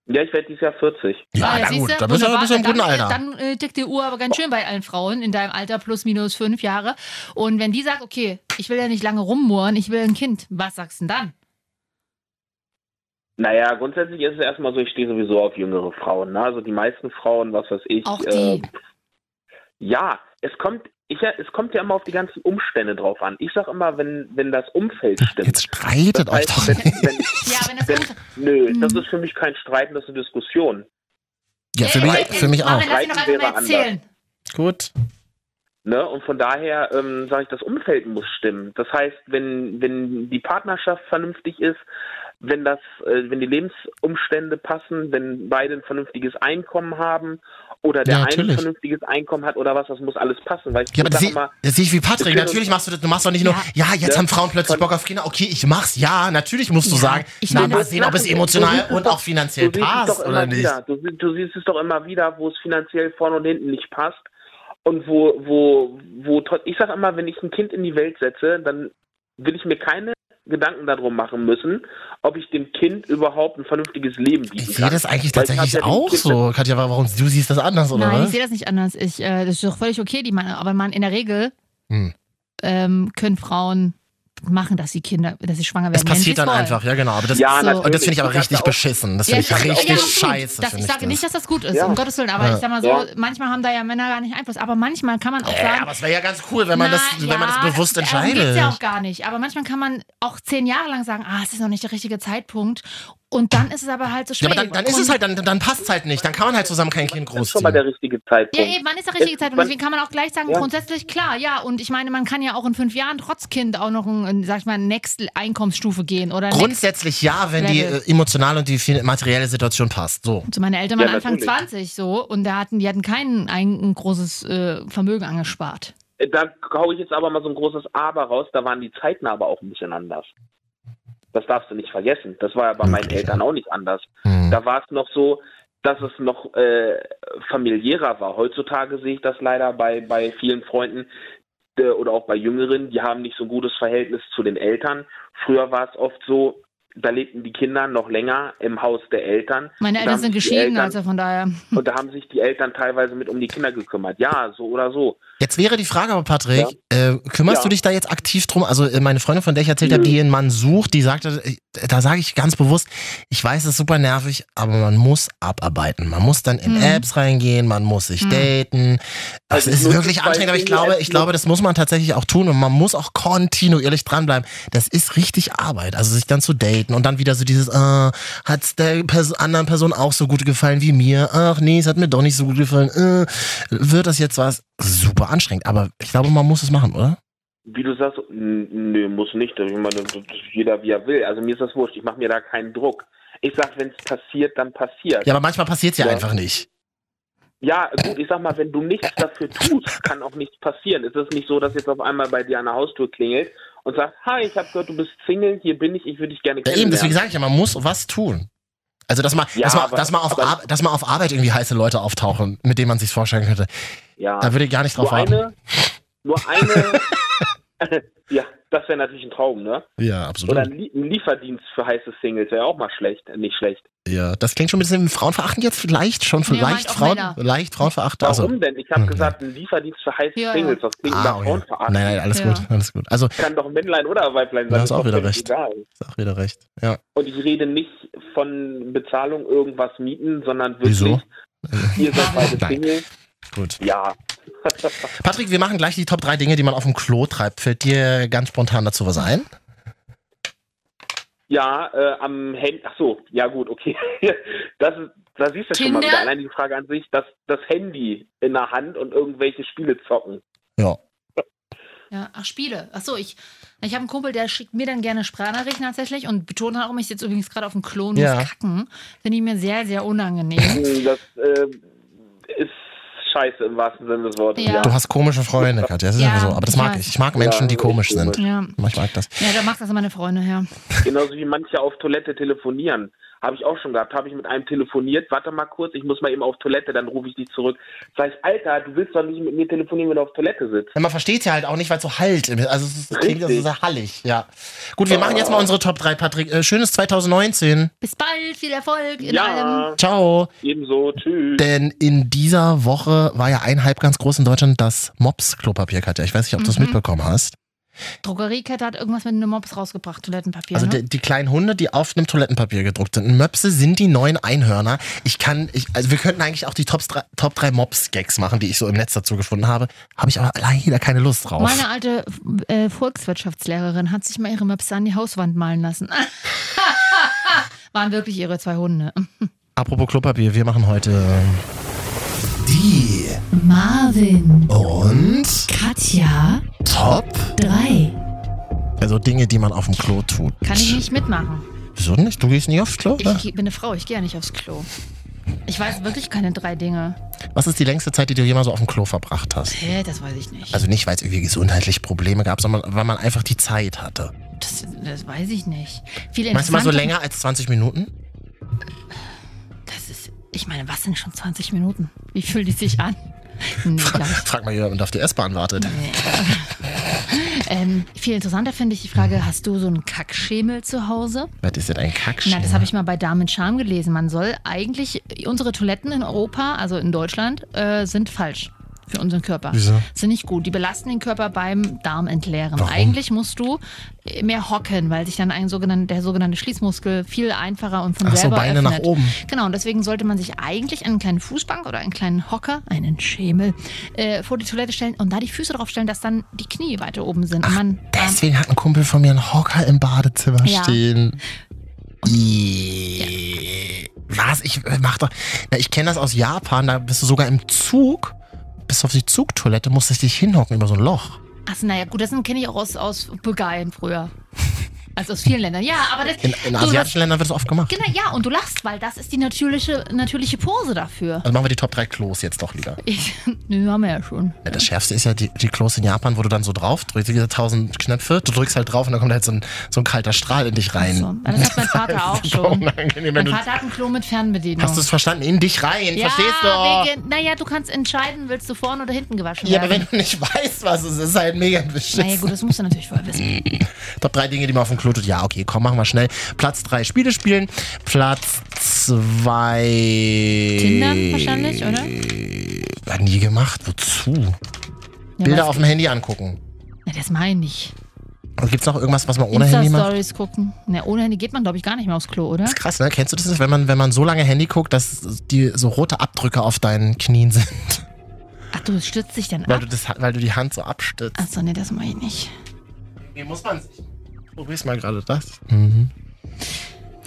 Ja, ich werde dieses Jahr 40.
Ja,
Ah,
na
siehst
gut,
du?
da bist du
Wunderbar.
bist du im guten
dann,
Alter.
Dann äh, tickt die Uhr aber ganz schön bei allen Frauen in deinem Alter, plus minus fünf Jahre. Und wenn die sagt, okay, ich will ja nicht lange rummohren, ich will ein Kind, was sagst du denn dann?
Naja, grundsätzlich ist es erstmal so, ich stehe sowieso auf jüngere Frauen. Ne? Also die meisten Frauen, was weiß ich.
Auch
äh,
die.
ja, es kommt, ich, ja, es kommt ja immer auf die ganzen Umstände drauf an. Ich sag immer, wenn, wenn das Umfeld stimmt.
Jetzt streitet euch
Das heißt,
doch
wenn,
nicht.
wenn,
Ja, wenn das
wenn,
unter-
Nö, das
Mhm.
ist für mich kein Streiten, das ist eine Diskussion.
Ja, für mich, für mich auch.
Marvin, lass ihn noch einmal
Reiten wäre
erzählen.
Gut.
Ne? Und von daher ähm, sage ich, das Umfeld muss stimmen. Das heißt, wenn, wenn die Partnerschaft vernünftig ist, wenn das, äh, wenn die Lebensumstände passen, wenn beide ein vernünftiges Einkommen haben oder der
Ja,
eine ein
natürlich.
vernünftiges Einkommen hat oder was, das muss alles passen. Weil ich
Ja, aber das
sag
sehe
immer,
das sehe ich wie Patrick.
Wir
Natürlich
können-
machst du das. Du machst doch nicht nur, ja, jetzt
Ja.
haben Frauen plötzlich Bock auf Kinder. Okay, ich mach's. Ja, natürlich musst du
Ja,
sagen.
ich
na,
meine,
mal
das
sehen, ob es
machen-
emotional
du siehst es
und
doch-
auch finanziell
du siehst es
passt
doch
oder
immer
nicht.
Wieder. Du, sie- du siehst es doch immer wieder, wo es finanziell vorne und hinten nicht passt. Und wo, wo, wo, trot- ich sag immer, wenn ich ein Kind in die Welt setze, dann will ich mir keine Gedanken darum machen müssen, ob ich dem Kind überhaupt ein vernünftiges Leben bieten kann.
Ich sehe das eigentlich
Weil ich hab
tatsächlich
ja dem
auch
Kind-
so. Katja, warum du siehst das anders, oder?
Nein,
was?
ich sehe das nicht anders. Ich, äh, das ist doch völlig okay, die Meinung. Aber man, in der Regel
Hm.
ähm, können Frauen machen, dass sie Kinder, dass sie schwanger werden.
Es passiert
wenn
dann
sie es wollen.
einfach, ja genau. Aber das,
Ja,
So.
natürlich.
Und das finde ich aber
Ich hab
richtig
da auch-
beschissen. Das
Ja,
finde ich
das ist-
richtig
ja, absolut.
scheiße.
Das,
finde
ich sage
das.
nicht, dass das gut ist,
Ja.
um Gottes Willen. Aber
Ja.
ich sag mal so,
Ja.
manchmal haben da ja Männer gar nicht Einfluss. Aber manchmal kann man auch
Äh,
sagen,
aber es wäre ja ganz cool, wenn man, das,
na
wenn man das
ja, also
bewusst
Darum
entscheidet.
geht's ja auch gar nicht. Aber manchmal kann man auch zehn Jahre lang sagen, ah, es ist noch nicht der richtige Zeitpunkt. Und dann ist es aber halt so
Ja,
schwer.
aber dann, dann ist es halt, dann, dann passt es halt nicht. Dann kann man halt zusammen kein Kind
Das ist schon mal
großziehen.
der richtige Zeitpunkt.
Ja, eben, wann ist der
Äh,
richtige
Ist-
Zeitpunkt?
wann-
Deswegen kann man auch gleich sagen,
Ja.
grundsätzlich klar, ja. Und ich meine, man kann ja auch in fünf Jahren trotz Kind auch noch, ein, ein, sag ich mal, next Einkommensstufe gehen oder Äh, next.
Grundsätzlich ja, wenn die
Level.
äh, emotionale und die fin- materielle Situation passt. So.
Also meine Eltern waren
Ja,
Anfang
natürlich.
20 so und da hatten, die hatten kein ein, ein großes äh, Vermögen angespart.
Da hau ich jetzt aber mal so ein großes Aber raus, da waren die Zeiten aber auch ein bisschen anders. Das darfst du nicht vergessen. Das war ja bei meinen Eltern auch nicht anders. Da war es noch so, dass es noch äh, familiärer war. Heutzutage sehe ich das leider bei, bei vielen Freunden äh, oder auch bei Jüngeren, die haben nicht so ein gutes Verhältnis zu den Eltern. Früher war es oft so, da lebten die Kinder noch länger im Haus der Eltern.
Meine
Da
Eltern
haben
sind
sich die
geschieden,
Eltern-
also von daher.
Und da haben sich die Eltern teilweise mit um die Kinder gekümmert. Ja, so oder so.
Jetzt wäre die Frage aber, Patrick,
Ja.
Äh, kümmerst
Ja.
du
Mhm.
dich da jetzt aktiv drum? Also äh, meine Freundin, von der ich erzählt habe, die einen Mann sucht, die sagte, äh, da sage ich ganz bewusst, ich weiß, es ist super nervig, aber man muss abarbeiten. Man muss dann in
Mhm.
Apps reingehen, man muss sich
Mhm.
daten. Das
Also
ist
nur
wirklich
die zwei
anstrengend, aber ich
Dinge
glaube,
als
ich glaube, das muss man tatsächlich auch tun und man muss auch kontinuierlich dranbleiben. Das ist richtig Arbeit, also sich dann zu daten und dann wieder so dieses, äh, hat's der Pers anderen Person auch so gut gefallen wie mir? Ach nee, es hat mir doch nicht so gut gefallen. Äh, wird das jetzt was? Super anstrengend, aber ich glaube, man muss es machen, oder?
Wie du sagst, n- nö, muss nicht. Also Ich meine, das ist jeder wie er will. Also mir ist das wurscht. Ich mache mir da keinen Druck. Ich sag, wenn es passiert, dann passiert.
Ja, aber manchmal passiert's ja,
Ja.
einfach nicht.
Ja, gut, ich sag mal, wenn du nichts dafür tust, kann auch nichts passieren. Es ist nicht so, dass jetzt auf einmal bei dir an der Haustür klingelt und sagt, hi, ich habe gehört, du bist Single, hier bin ich, ich würde dich gerne
Ja, eben,
kennenlernen.
deswegen sage ich ja, man muss was tun. Also, dass man,
Ja,
dass, man,
aber-
dass, man auf
aber-
Ar- dass man auf Arbeit irgendwie heiße Leute auftauchen, mit denen man sich vorstellen könnte.
ja.
Da würde ich gar nicht drauf
nur
warten.
eine, nur eine, ja, das wäre natürlich ein Traum, ne?
Ja, absolut.
Oder ein, Lie ein Lieferdienst für heiße Singles wäre auch mal schlecht, äh, nicht schlecht.
Ja, das klingt schon ein bisschen frauenverachtend jetzt vielleicht schon
Nee, meint
vielleicht
auch
Frauen,
Männer.
leicht frauenverachtend.
Warum
Also,
denn? Ich habe
Hm.
gesagt, ein Lieferdienst für heiße
Ja, ja.
Singles, was klingt
ah,
nach
okay.
Frauenveracht.
Nein, nein, alles
Ja.
gut, alles gut. Also,
Kann doch Männlein oder Weiblein sein.
Da hast auch
ist doch
wieder
völlig
recht.
Egal.
ist auch wieder recht. Ja.
Und ich rede nicht von Bezahlung irgendwas mieten, sondern wirklich,
Wieso?
ihr seid beide
Nein.
Single.
Gut.
Ja,
Patrick, wir machen gleich die Top 3 Dinge, die man auf dem Klo treibt. Fällt dir ganz spontan dazu was ein?
ja, äh, am Handy, ach so, ja gut, okay. Das ist, da siehst du schon
Tinder?
mal wieder. Allein die Frage an sich, dass das Handy in der Hand und irgendwelche Spiele zocken.
Ja.
Ja, ach, Spiele. Ach so, ich, ich habe einen Kumpel, der schickt mir dann gerne Sprachnachrichten tatsächlich und betont auch, ich sitze übrigens gerade auf dem Klo und
Ja.
muss kacken. Finde ich mir sehr, sehr unangenehm.
Hm, Das äh, ist scheiße im wahrsten Sinne des Wortes.
Ja.
Ja.
Du hast komische Freunde, Katja. Das ist
Ja,
einfach so. Aber das
ich
mag
weiß.
ich. Ich mag Menschen,
Ja,
die komisch
echt
sind.
ja.
Ich mag das.
Ja, da macht das meine Freunde, ja.
Genauso wie manche auf Toilette telefonieren. Habe ich auch schon gehabt. Habe ich mit einem telefoniert. Warte mal kurz, ich muss mal eben auf Toilette, dann rufe ich dich zurück. Das heißt, Alter, du willst doch nicht mit mir telefonieren, wenn du auf Toilette sitzt.
Ja, man versteht ja halt auch nicht, weil es so halt. im- Also es ist- klingt das ist
Richtig.
ja hallig, ja. Gut, wir machen jetzt mal unsere Top 3, Patrick. Äh, schönes 2019.
Bis bald, viel Erfolg in allem.
ja,
Ciao.
ebenso. Tschüss.
Denn in dieser Woche war ja ein Hype ganz groß in Deutschland, das Mops-Klopapier, Katja. Ich weiß nicht, ob du es
Mhm.
mitbekommen hast.
Drogeriekette hat irgendwas mit einem Mops rausgebracht, Toilettenpapier.
Also
ne?
die, die kleinen Hunde, die auf einem Toilettenpapier gedruckt sind. Möpse sind die neuen Einhörner. Ich kann, ich, also wir könnten eigentlich auch die Top 3, Top 3 Mops-Gags machen, die ich so im Netz dazu gefunden habe. Habe ich aber leider keine Lust drauf.
Meine alte äh, Volkswirtschaftslehrerin hat sich mal ihre Möpse an die Hauswand malen lassen. Waren wirklich ihre zwei Hunde.
Apropos Klopapier, wir machen heute
Die
Marvin,
und
Katja,
Top
3.
Also Dinge, die man auf dem Klo tut.
Kann ich nicht mitmachen.
Wieso nicht? Du gehst nie aufs Klo?
Ich
oder?
ge- bin eine Frau, ich gehe ja nicht aufs Klo. Ich weiß wirklich keine drei Dinge.
Was ist die längste Zeit, die du jemals so auf dem Klo verbracht hast?
Hä, das weiß ich nicht.
Also nicht, weil es irgendwie gesundheitliche Probleme gab, sondern weil man einfach die Zeit hatte.
Das, das weiß ich nicht. Viel
Meinst du mal so
interessanter-
länger als 20 Minuten?
Das ist, ich meine, was sind schon 20 Minuten? Wie fühlt die sich an? Nee, glaub ich.
Frag mal jemanden, der auf die S-Bahn wartet.
Ähm, viel interessanter finde ich die Frage, hast du so einen Kackschemel zu Hause?
Was ist denn ein Kackschema?
Na, das habe ich mal bei Damen mit Charme gelesen. Man soll eigentlich, unsere Toiletten in Europa, also in Deutschland, äh, sind falsch für unseren Körper.
Wieso?
Sind nicht gut. Die belasten den Körper beim Darmentleeren.
Warum?
Eigentlich musst du äh, mehr hocken, weil sich dann ein sogenannte, der sogenannte Schließmuskel viel einfacher und von
Ach so,
selber
Beine nach
öffnet.
oben.
Genau, und deswegen sollte man sich eigentlich einen kleinen Fußbank oder einen kleinen Hocker, einen Schemel, äh, vor die Toilette stellen und da die Füße drauf stellen, dass dann die Knie weiter oben sind. und man,
Deswegen hat ein Kumpel von mir einen Hocker im Badezimmer
Ja.
stehen. I- Was? Ich äh, mach doch. Na, ich kenne das aus Japan, da bist du sogar im Zug, bis auf die Zugtoilette, musstest dich hinhocken über so ein Loch.
Ach, naja, gut, das kenne ich auch aus, aus Bulgarien früher. Also aus vielen Ländern. Ja, aber das.
In, in
du, das,
asiatischen Ländern wird das oft gemacht.
genau, ja, und du lachst, weil das ist die natürliche, natürliche Pose dafür.
Also machen wir die Top 3 Klos jetzt doch lieber.
Ich, nö, haben wir ja schon.
Ja, das Schärfste ist ja die, die Klos in Japan, wo du dann so drauf drückst, diese tausend Knöpfe, du drückst halt drauf und dann kommt halt so ein, so ein kalter Strahl in dich rein.
So, das hat mein Vater auch schon.
Unangenehm, wenn
Mein
du,
Vater hat ein Klo mit Fernbedienung.
hast du es verstanden? In dich rein,
ja,
verstehst du?
Wegen, naja, du kannst entscheiden, willst du vorne oder hinten gewaschen
Ja, aber wenn
werden.
du nicht weißt, was es ist, ist halt mega beschissen.
naja, gut, das musst du natürlich vorher wissen.
Top 3 Dinge, die man auf dem Klo tut. Ja, okay, komm, machen wir schnell. Platz 3 Spiele spielen. Platz 2.
Tindern wahrscheinlich, oder?
Hat nie gemacht. Wozu?
Ja,
Bilder
weiß
auf dem Handy angucken.
Na, das meine ich.
Und gibt's noch irgendwas, was man ohne Handy macht?
Insta-Stories gucken. Na, ohne Handy geht man, glaube ich, gar nicht mehr aufs Klo, oder?
Das ist krass, ne? Kennst du das, wenn man, wenn man so lange Handy guckt, dass die so rote Abdrücke auf deinen Knien sind?
Ach, du stützt dich dann
Weil
ab?
du, das, weil du die Hand so abstützt.
Achso, nee, das mache ich nicht.
Wie muss man sich? Probier's mal gerade das.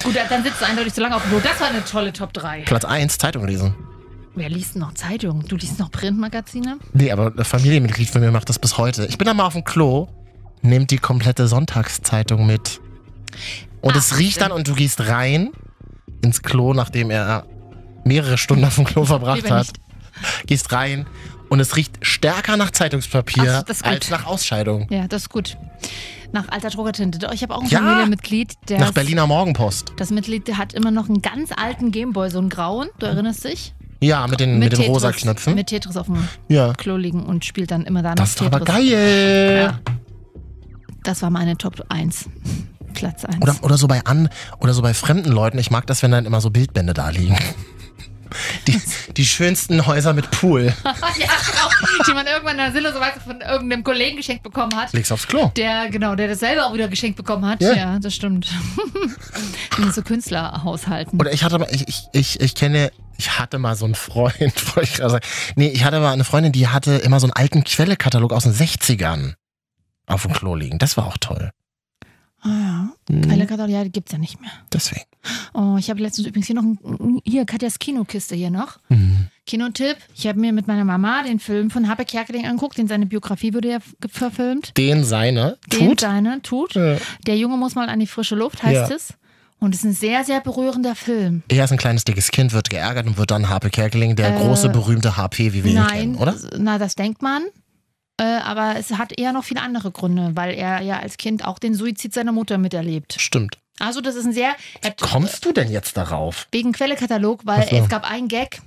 Gut, dann sitzt du eindeutig so lange auf dem Klo. Das war eine tolle Top 3.
Platz 1, Zeitung lesen.
Wer liest denn noch Zeitungen? Du liest noch Printmagazine?
Nee, aber ein Familienmitglied von mir macht das bis heute. Ich bin da mal auf dem Klo, nimmt die komplette Sonntagszeitung mit. Und es riecht dann und du gehst rein ins Klo, nachdem er mehrere Stunden auf dem Klo verbracht
Lieber
hat.
nicht.
Gehst rein und es riecht stärker nach
Ach,
Zeitungspapier
das ist gut.
als nach Ausscheidung.
Ja, das ist gut. Nach alter Druckertinte. Doch, Ich habe auch ein
Ja.
Familienmitglied, der.
Nach Berliner Morgenpost.
Das Mitglied der hat immer noch einen ganz alten Gameboy, so einen grauen. Du erinnerst dich?
Ja, mit den, mit den
Tetris-
rosa Knöpfen.
Mit Tetris auf dem
ja.
Klo liegen und spielt dann immer da noch
Das ist
Tetris.
aber geil.
Ja. Das war meine Top 1. Platz 1.
Oder, oder so bei an oder so bei fremden Leuten. Ich mag das, wenn dann immer so Bildbände da liegen. Die, die schönsten Häuser mit Pool.
ja, genau, die man irgendwann in der Sille so weiter von irgendeinem Kollegen geschenkt bekommen hat.
Leg's aufs Klo.
Der, genau, der das selber auch wieder geschenkt bekommen hat.
Ja.
Ja, das stimmt. In so Künstlerhaushalten.
Oder ich hatte mal, ich, ich, ich, ich kenne, ich hatte mal so einen Freund, wollte ich gerade sagen. Nee, ich hatte mal eine Freundin, die hatte immer so einen alten Quellekatalog aus den 60ern auf dem Klo liegen. Das war auch toll.
Ah, ja.
Mhm.
Quellekatalog, ja, die gibt's ja nicht mehr.
Deswegen.
Oh, ich habe letztens übrigens hier noch ein, hier Katjas Kinokiste hier noch.
Mhm.
Kinotipp. Ich habe mir mit meiner Mama den Film von Habeck Kerkeling angeguckt, denn seine Biografie wurde ja ge- verfilmt.
Den seine
Den
tut.
Seine, tut.
Ja.
Der Junge muss mal an die frische Luft, heißt
Ja.
es. Und es ist ein sehr, sehr berührender Film.
Er ist ein kleines, dickes Kind, wird geärgert und wird dann HP Kerkeling, der
Äh,
große, berühmte HP, wie wir ihn
Nein,
kennen, oder?
na, das denkt man. Äh, aber es hat eher noch viele andere Gründe, weil er ja als Kind auch den Suizid seiner Mutter miterlebt.
Stimmt.
Also, das ist ein sehr. er-
Kommst du denn jetzt darauf?
wegen Quellekatalog, weil
Ach so.
es gab einen Gag,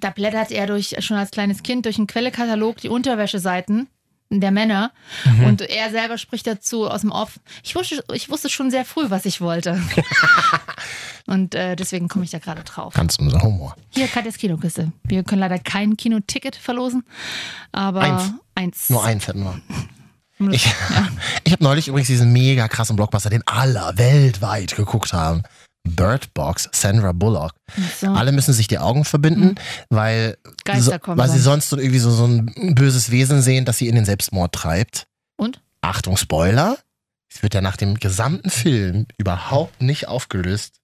da blättert er durch schon als kleines Kind durch einen Quellekatalog die Unterwäscheseiten der Männer
Mhm.
und er selber spricht dazu aus dem Off. Ich wusste, ich wusste schon sehr früh, was ich wollte. und äh, deswegen komme ich da gerade drauf.
Ganz unser Humor.
Hier, Katjas Kinokiste. Wir können leider kein Kinoticket verlosen, aber
Eins.
eins.
Nur eins hätten
Hm.
wir. Ich, ich habe neulich übrigens diesen mega krassen Blockbuster, den alle weltweit geguckt haben. Bird Box, Sandra Bullock.
So.
Alle müssen sich die Augen
Hm.
verbinden, weil,
Geister
so,
kommen
weil sie sonst
sonst.
so irgendwie so, so ein böses Wesen sehen, das sie in den Selbstmord treibt.
Und?
Achtung, Spoiler. Es wird ja nach dem gesamten Film überhaupt nicht aufgelöst,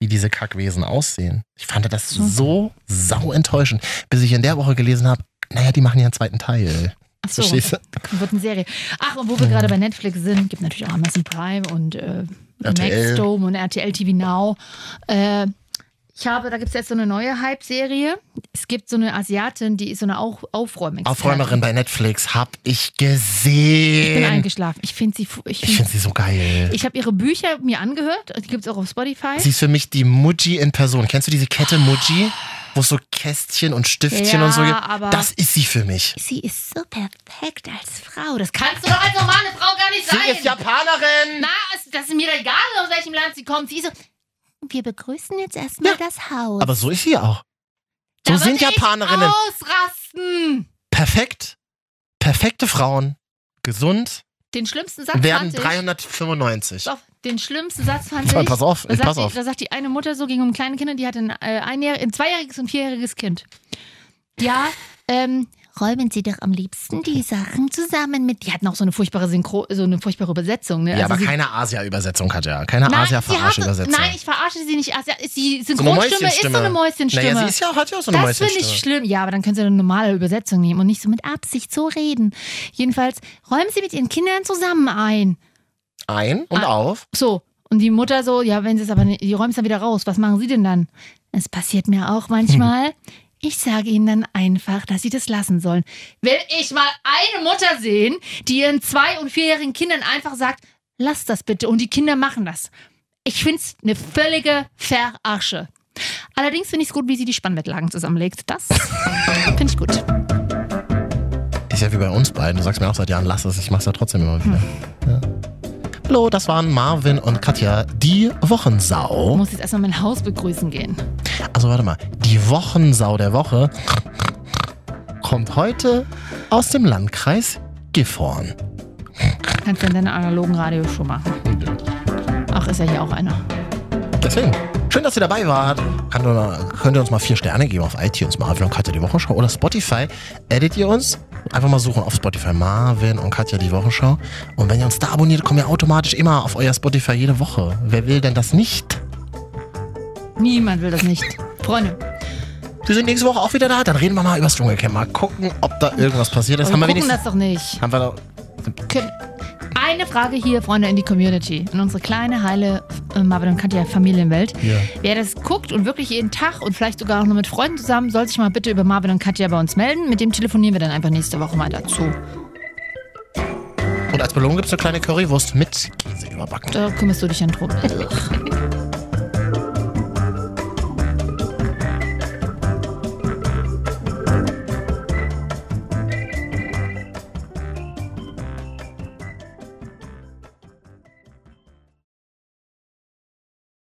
wie diese Kackwesen aussehen. Ich fand das
Mhm.
so sau enttäuschend, bis ich in der Woche gelesen habe, naja, die machen ja einen zweiten Teil.
Ach so.
Verstehst du?
Wird eine Serie. Ach, und wo wir gerade bei Netflix sind, gibt natürlich auch Amazon Prime und äh,
RTL.
Maxdome und RTL TV Now. Äh, ich habe, da gibt es jetzt so eine neue Hype-Serie. Es gibt so eine Asiatin, die ist so eine Au Aufräumexpertin.
Aufräumerin bei Netflix hab ich
Ich äh, bin
gesehen.
eingeschlafen. Ich finde sie. fu- Ich,
Ich
find,
finde sie so geil.
ich habe ihre Bücher mir angehört. Die gibt es auch auf Spotify.
Sie ist für mich die Muji in Person. Kennst du diese Kette Muji, wo es so Kästchen und Stiftchen
Ja,
und so gibt?
aber-
Das ist sie für mich.
Sie ist so perfekt als Frau. Das kannst du doch als normale Frau gar nicht sein.
Japanerin.
Na, es- das ist mir doch egal, aus welchem Land sie kommt. Sie ist so. Wir begrüßen jetzt erstmal das Haus.
Aber so ist sie auch. So
Da
sind
würd ich
Japanerinnen.
Ausrasten!
Perfekt. Perfekte Frauen. Gesund.
Den schlimmsten Satz
Werden
fand ich.
395.
Pass auf, den schlimmsten Satz fand
Ja,
ich.
pass auf,
da
ich
sagt
pass
die-
auf.
Da sagt die eine Mutter so ging um kleine Kinder, die hatte ein, äh, einjähr- ein zweijähriges und vierjähriges Kind. Ja, ähm, räumen Sie doch am liebsten die Sachen zusammen mit. Die hatten auch so eine furchtbare Synchro, so eine furchtbare Übersetzung. Ne?
Ja, aber
sie,
keine Asia-Übersetzung, Katja. Keine
Nein, sie
Asia-Verarsch-Übersetzung.
Hat, nein, ich verarsche sie nicht. Asia, die
So eine
Synchronstimme ist so eine Mäuschenstimme.
Naja, sie ist ja, hat ja auch so eine
Das finde ich schlimm. Ja, aber dann können Sie eine normale Übersetzung nehmen und nicht so mit Absicht so reden. Jedenfalls räumen Sie mit Ihren Kindern zusammen ein.
Ein und
Ah.
auf.
So. Und die Mutter so, ja, wenn sie es aber nicht, die räumen es dann wieder raus. Was machen Sie denn dann? Es passiert mir auch manchmal. Ich sage ihnen dann einfach, dass sie das lassen sollen. Will ich mal eine Mutter sehen, die ihren zwei- und vierjährigen Kindern einfach sagt, lass das bitte. Und die Kinder machen das. Ich finde es eine völlige Verarsche. Allerdings finde ich es gut, wie sie die Spannbettlagen zusammenlegt. Das finde ich gut.
Ist ja wie bei uns beiden. Du sagst mir auch seit Jahren, lass es. Ich mach's ja trotzdem immer wieder.
Hm.
Ja. Hallo, das waren Marvin und Katja, die
Ich
Wochensau.
muss jetzt erstmal mein Haus begrüßen gehen.
Also warte mal, die Wochensau der Woche kommt heute aus dem Landkreis Gifhorn.
Kannst du in deiner analogen Radioshow machen. Ach, ist ja hier auch einer.
Deswegen. Schön, dass ihr dabei wart. Kann nur mal, könnt ihr uns mal vier Sterne geben auf iTunes, Marvin und Katja die Wochenschau oder Spotify. Edit ihr uns? Einfach mal suchen auf Spotify Marvin und Katja die Wochenschau. Und wenn ihr uns da abonniert, kommen wir automatisch immer auf euer Spotify jede Woche. Wer will denn das nicht?
Niemand will das nicht. Freunde,
Wir sind nächste Woche auch wieder da. Dann reden wir mal über das Dschungelcamp. Mal gucken, ob da irgendwas passiert ist.
wir
Haben wir
gucken
wenigstens.
das doch nicht.
Haben wir da,
Können- Eine Frage hier, Freunde, in die Community. In unsere kleine, heile äh, Marvin und Katja Familienwelt.
ja.
Wer das guckt und wirklich jeden Tag und vielleicht sogar auch nur mit Freunden zusammen, soll sich mal bitte über Marvin und Katja bei uns melden. Mit dem telefonieren wir dann einfach nächste Woche mal dazu.
Und als Belohnung gibt es eine kleine Currywurst mit Käse überbacken.
Da kümmerst du dich dann drum.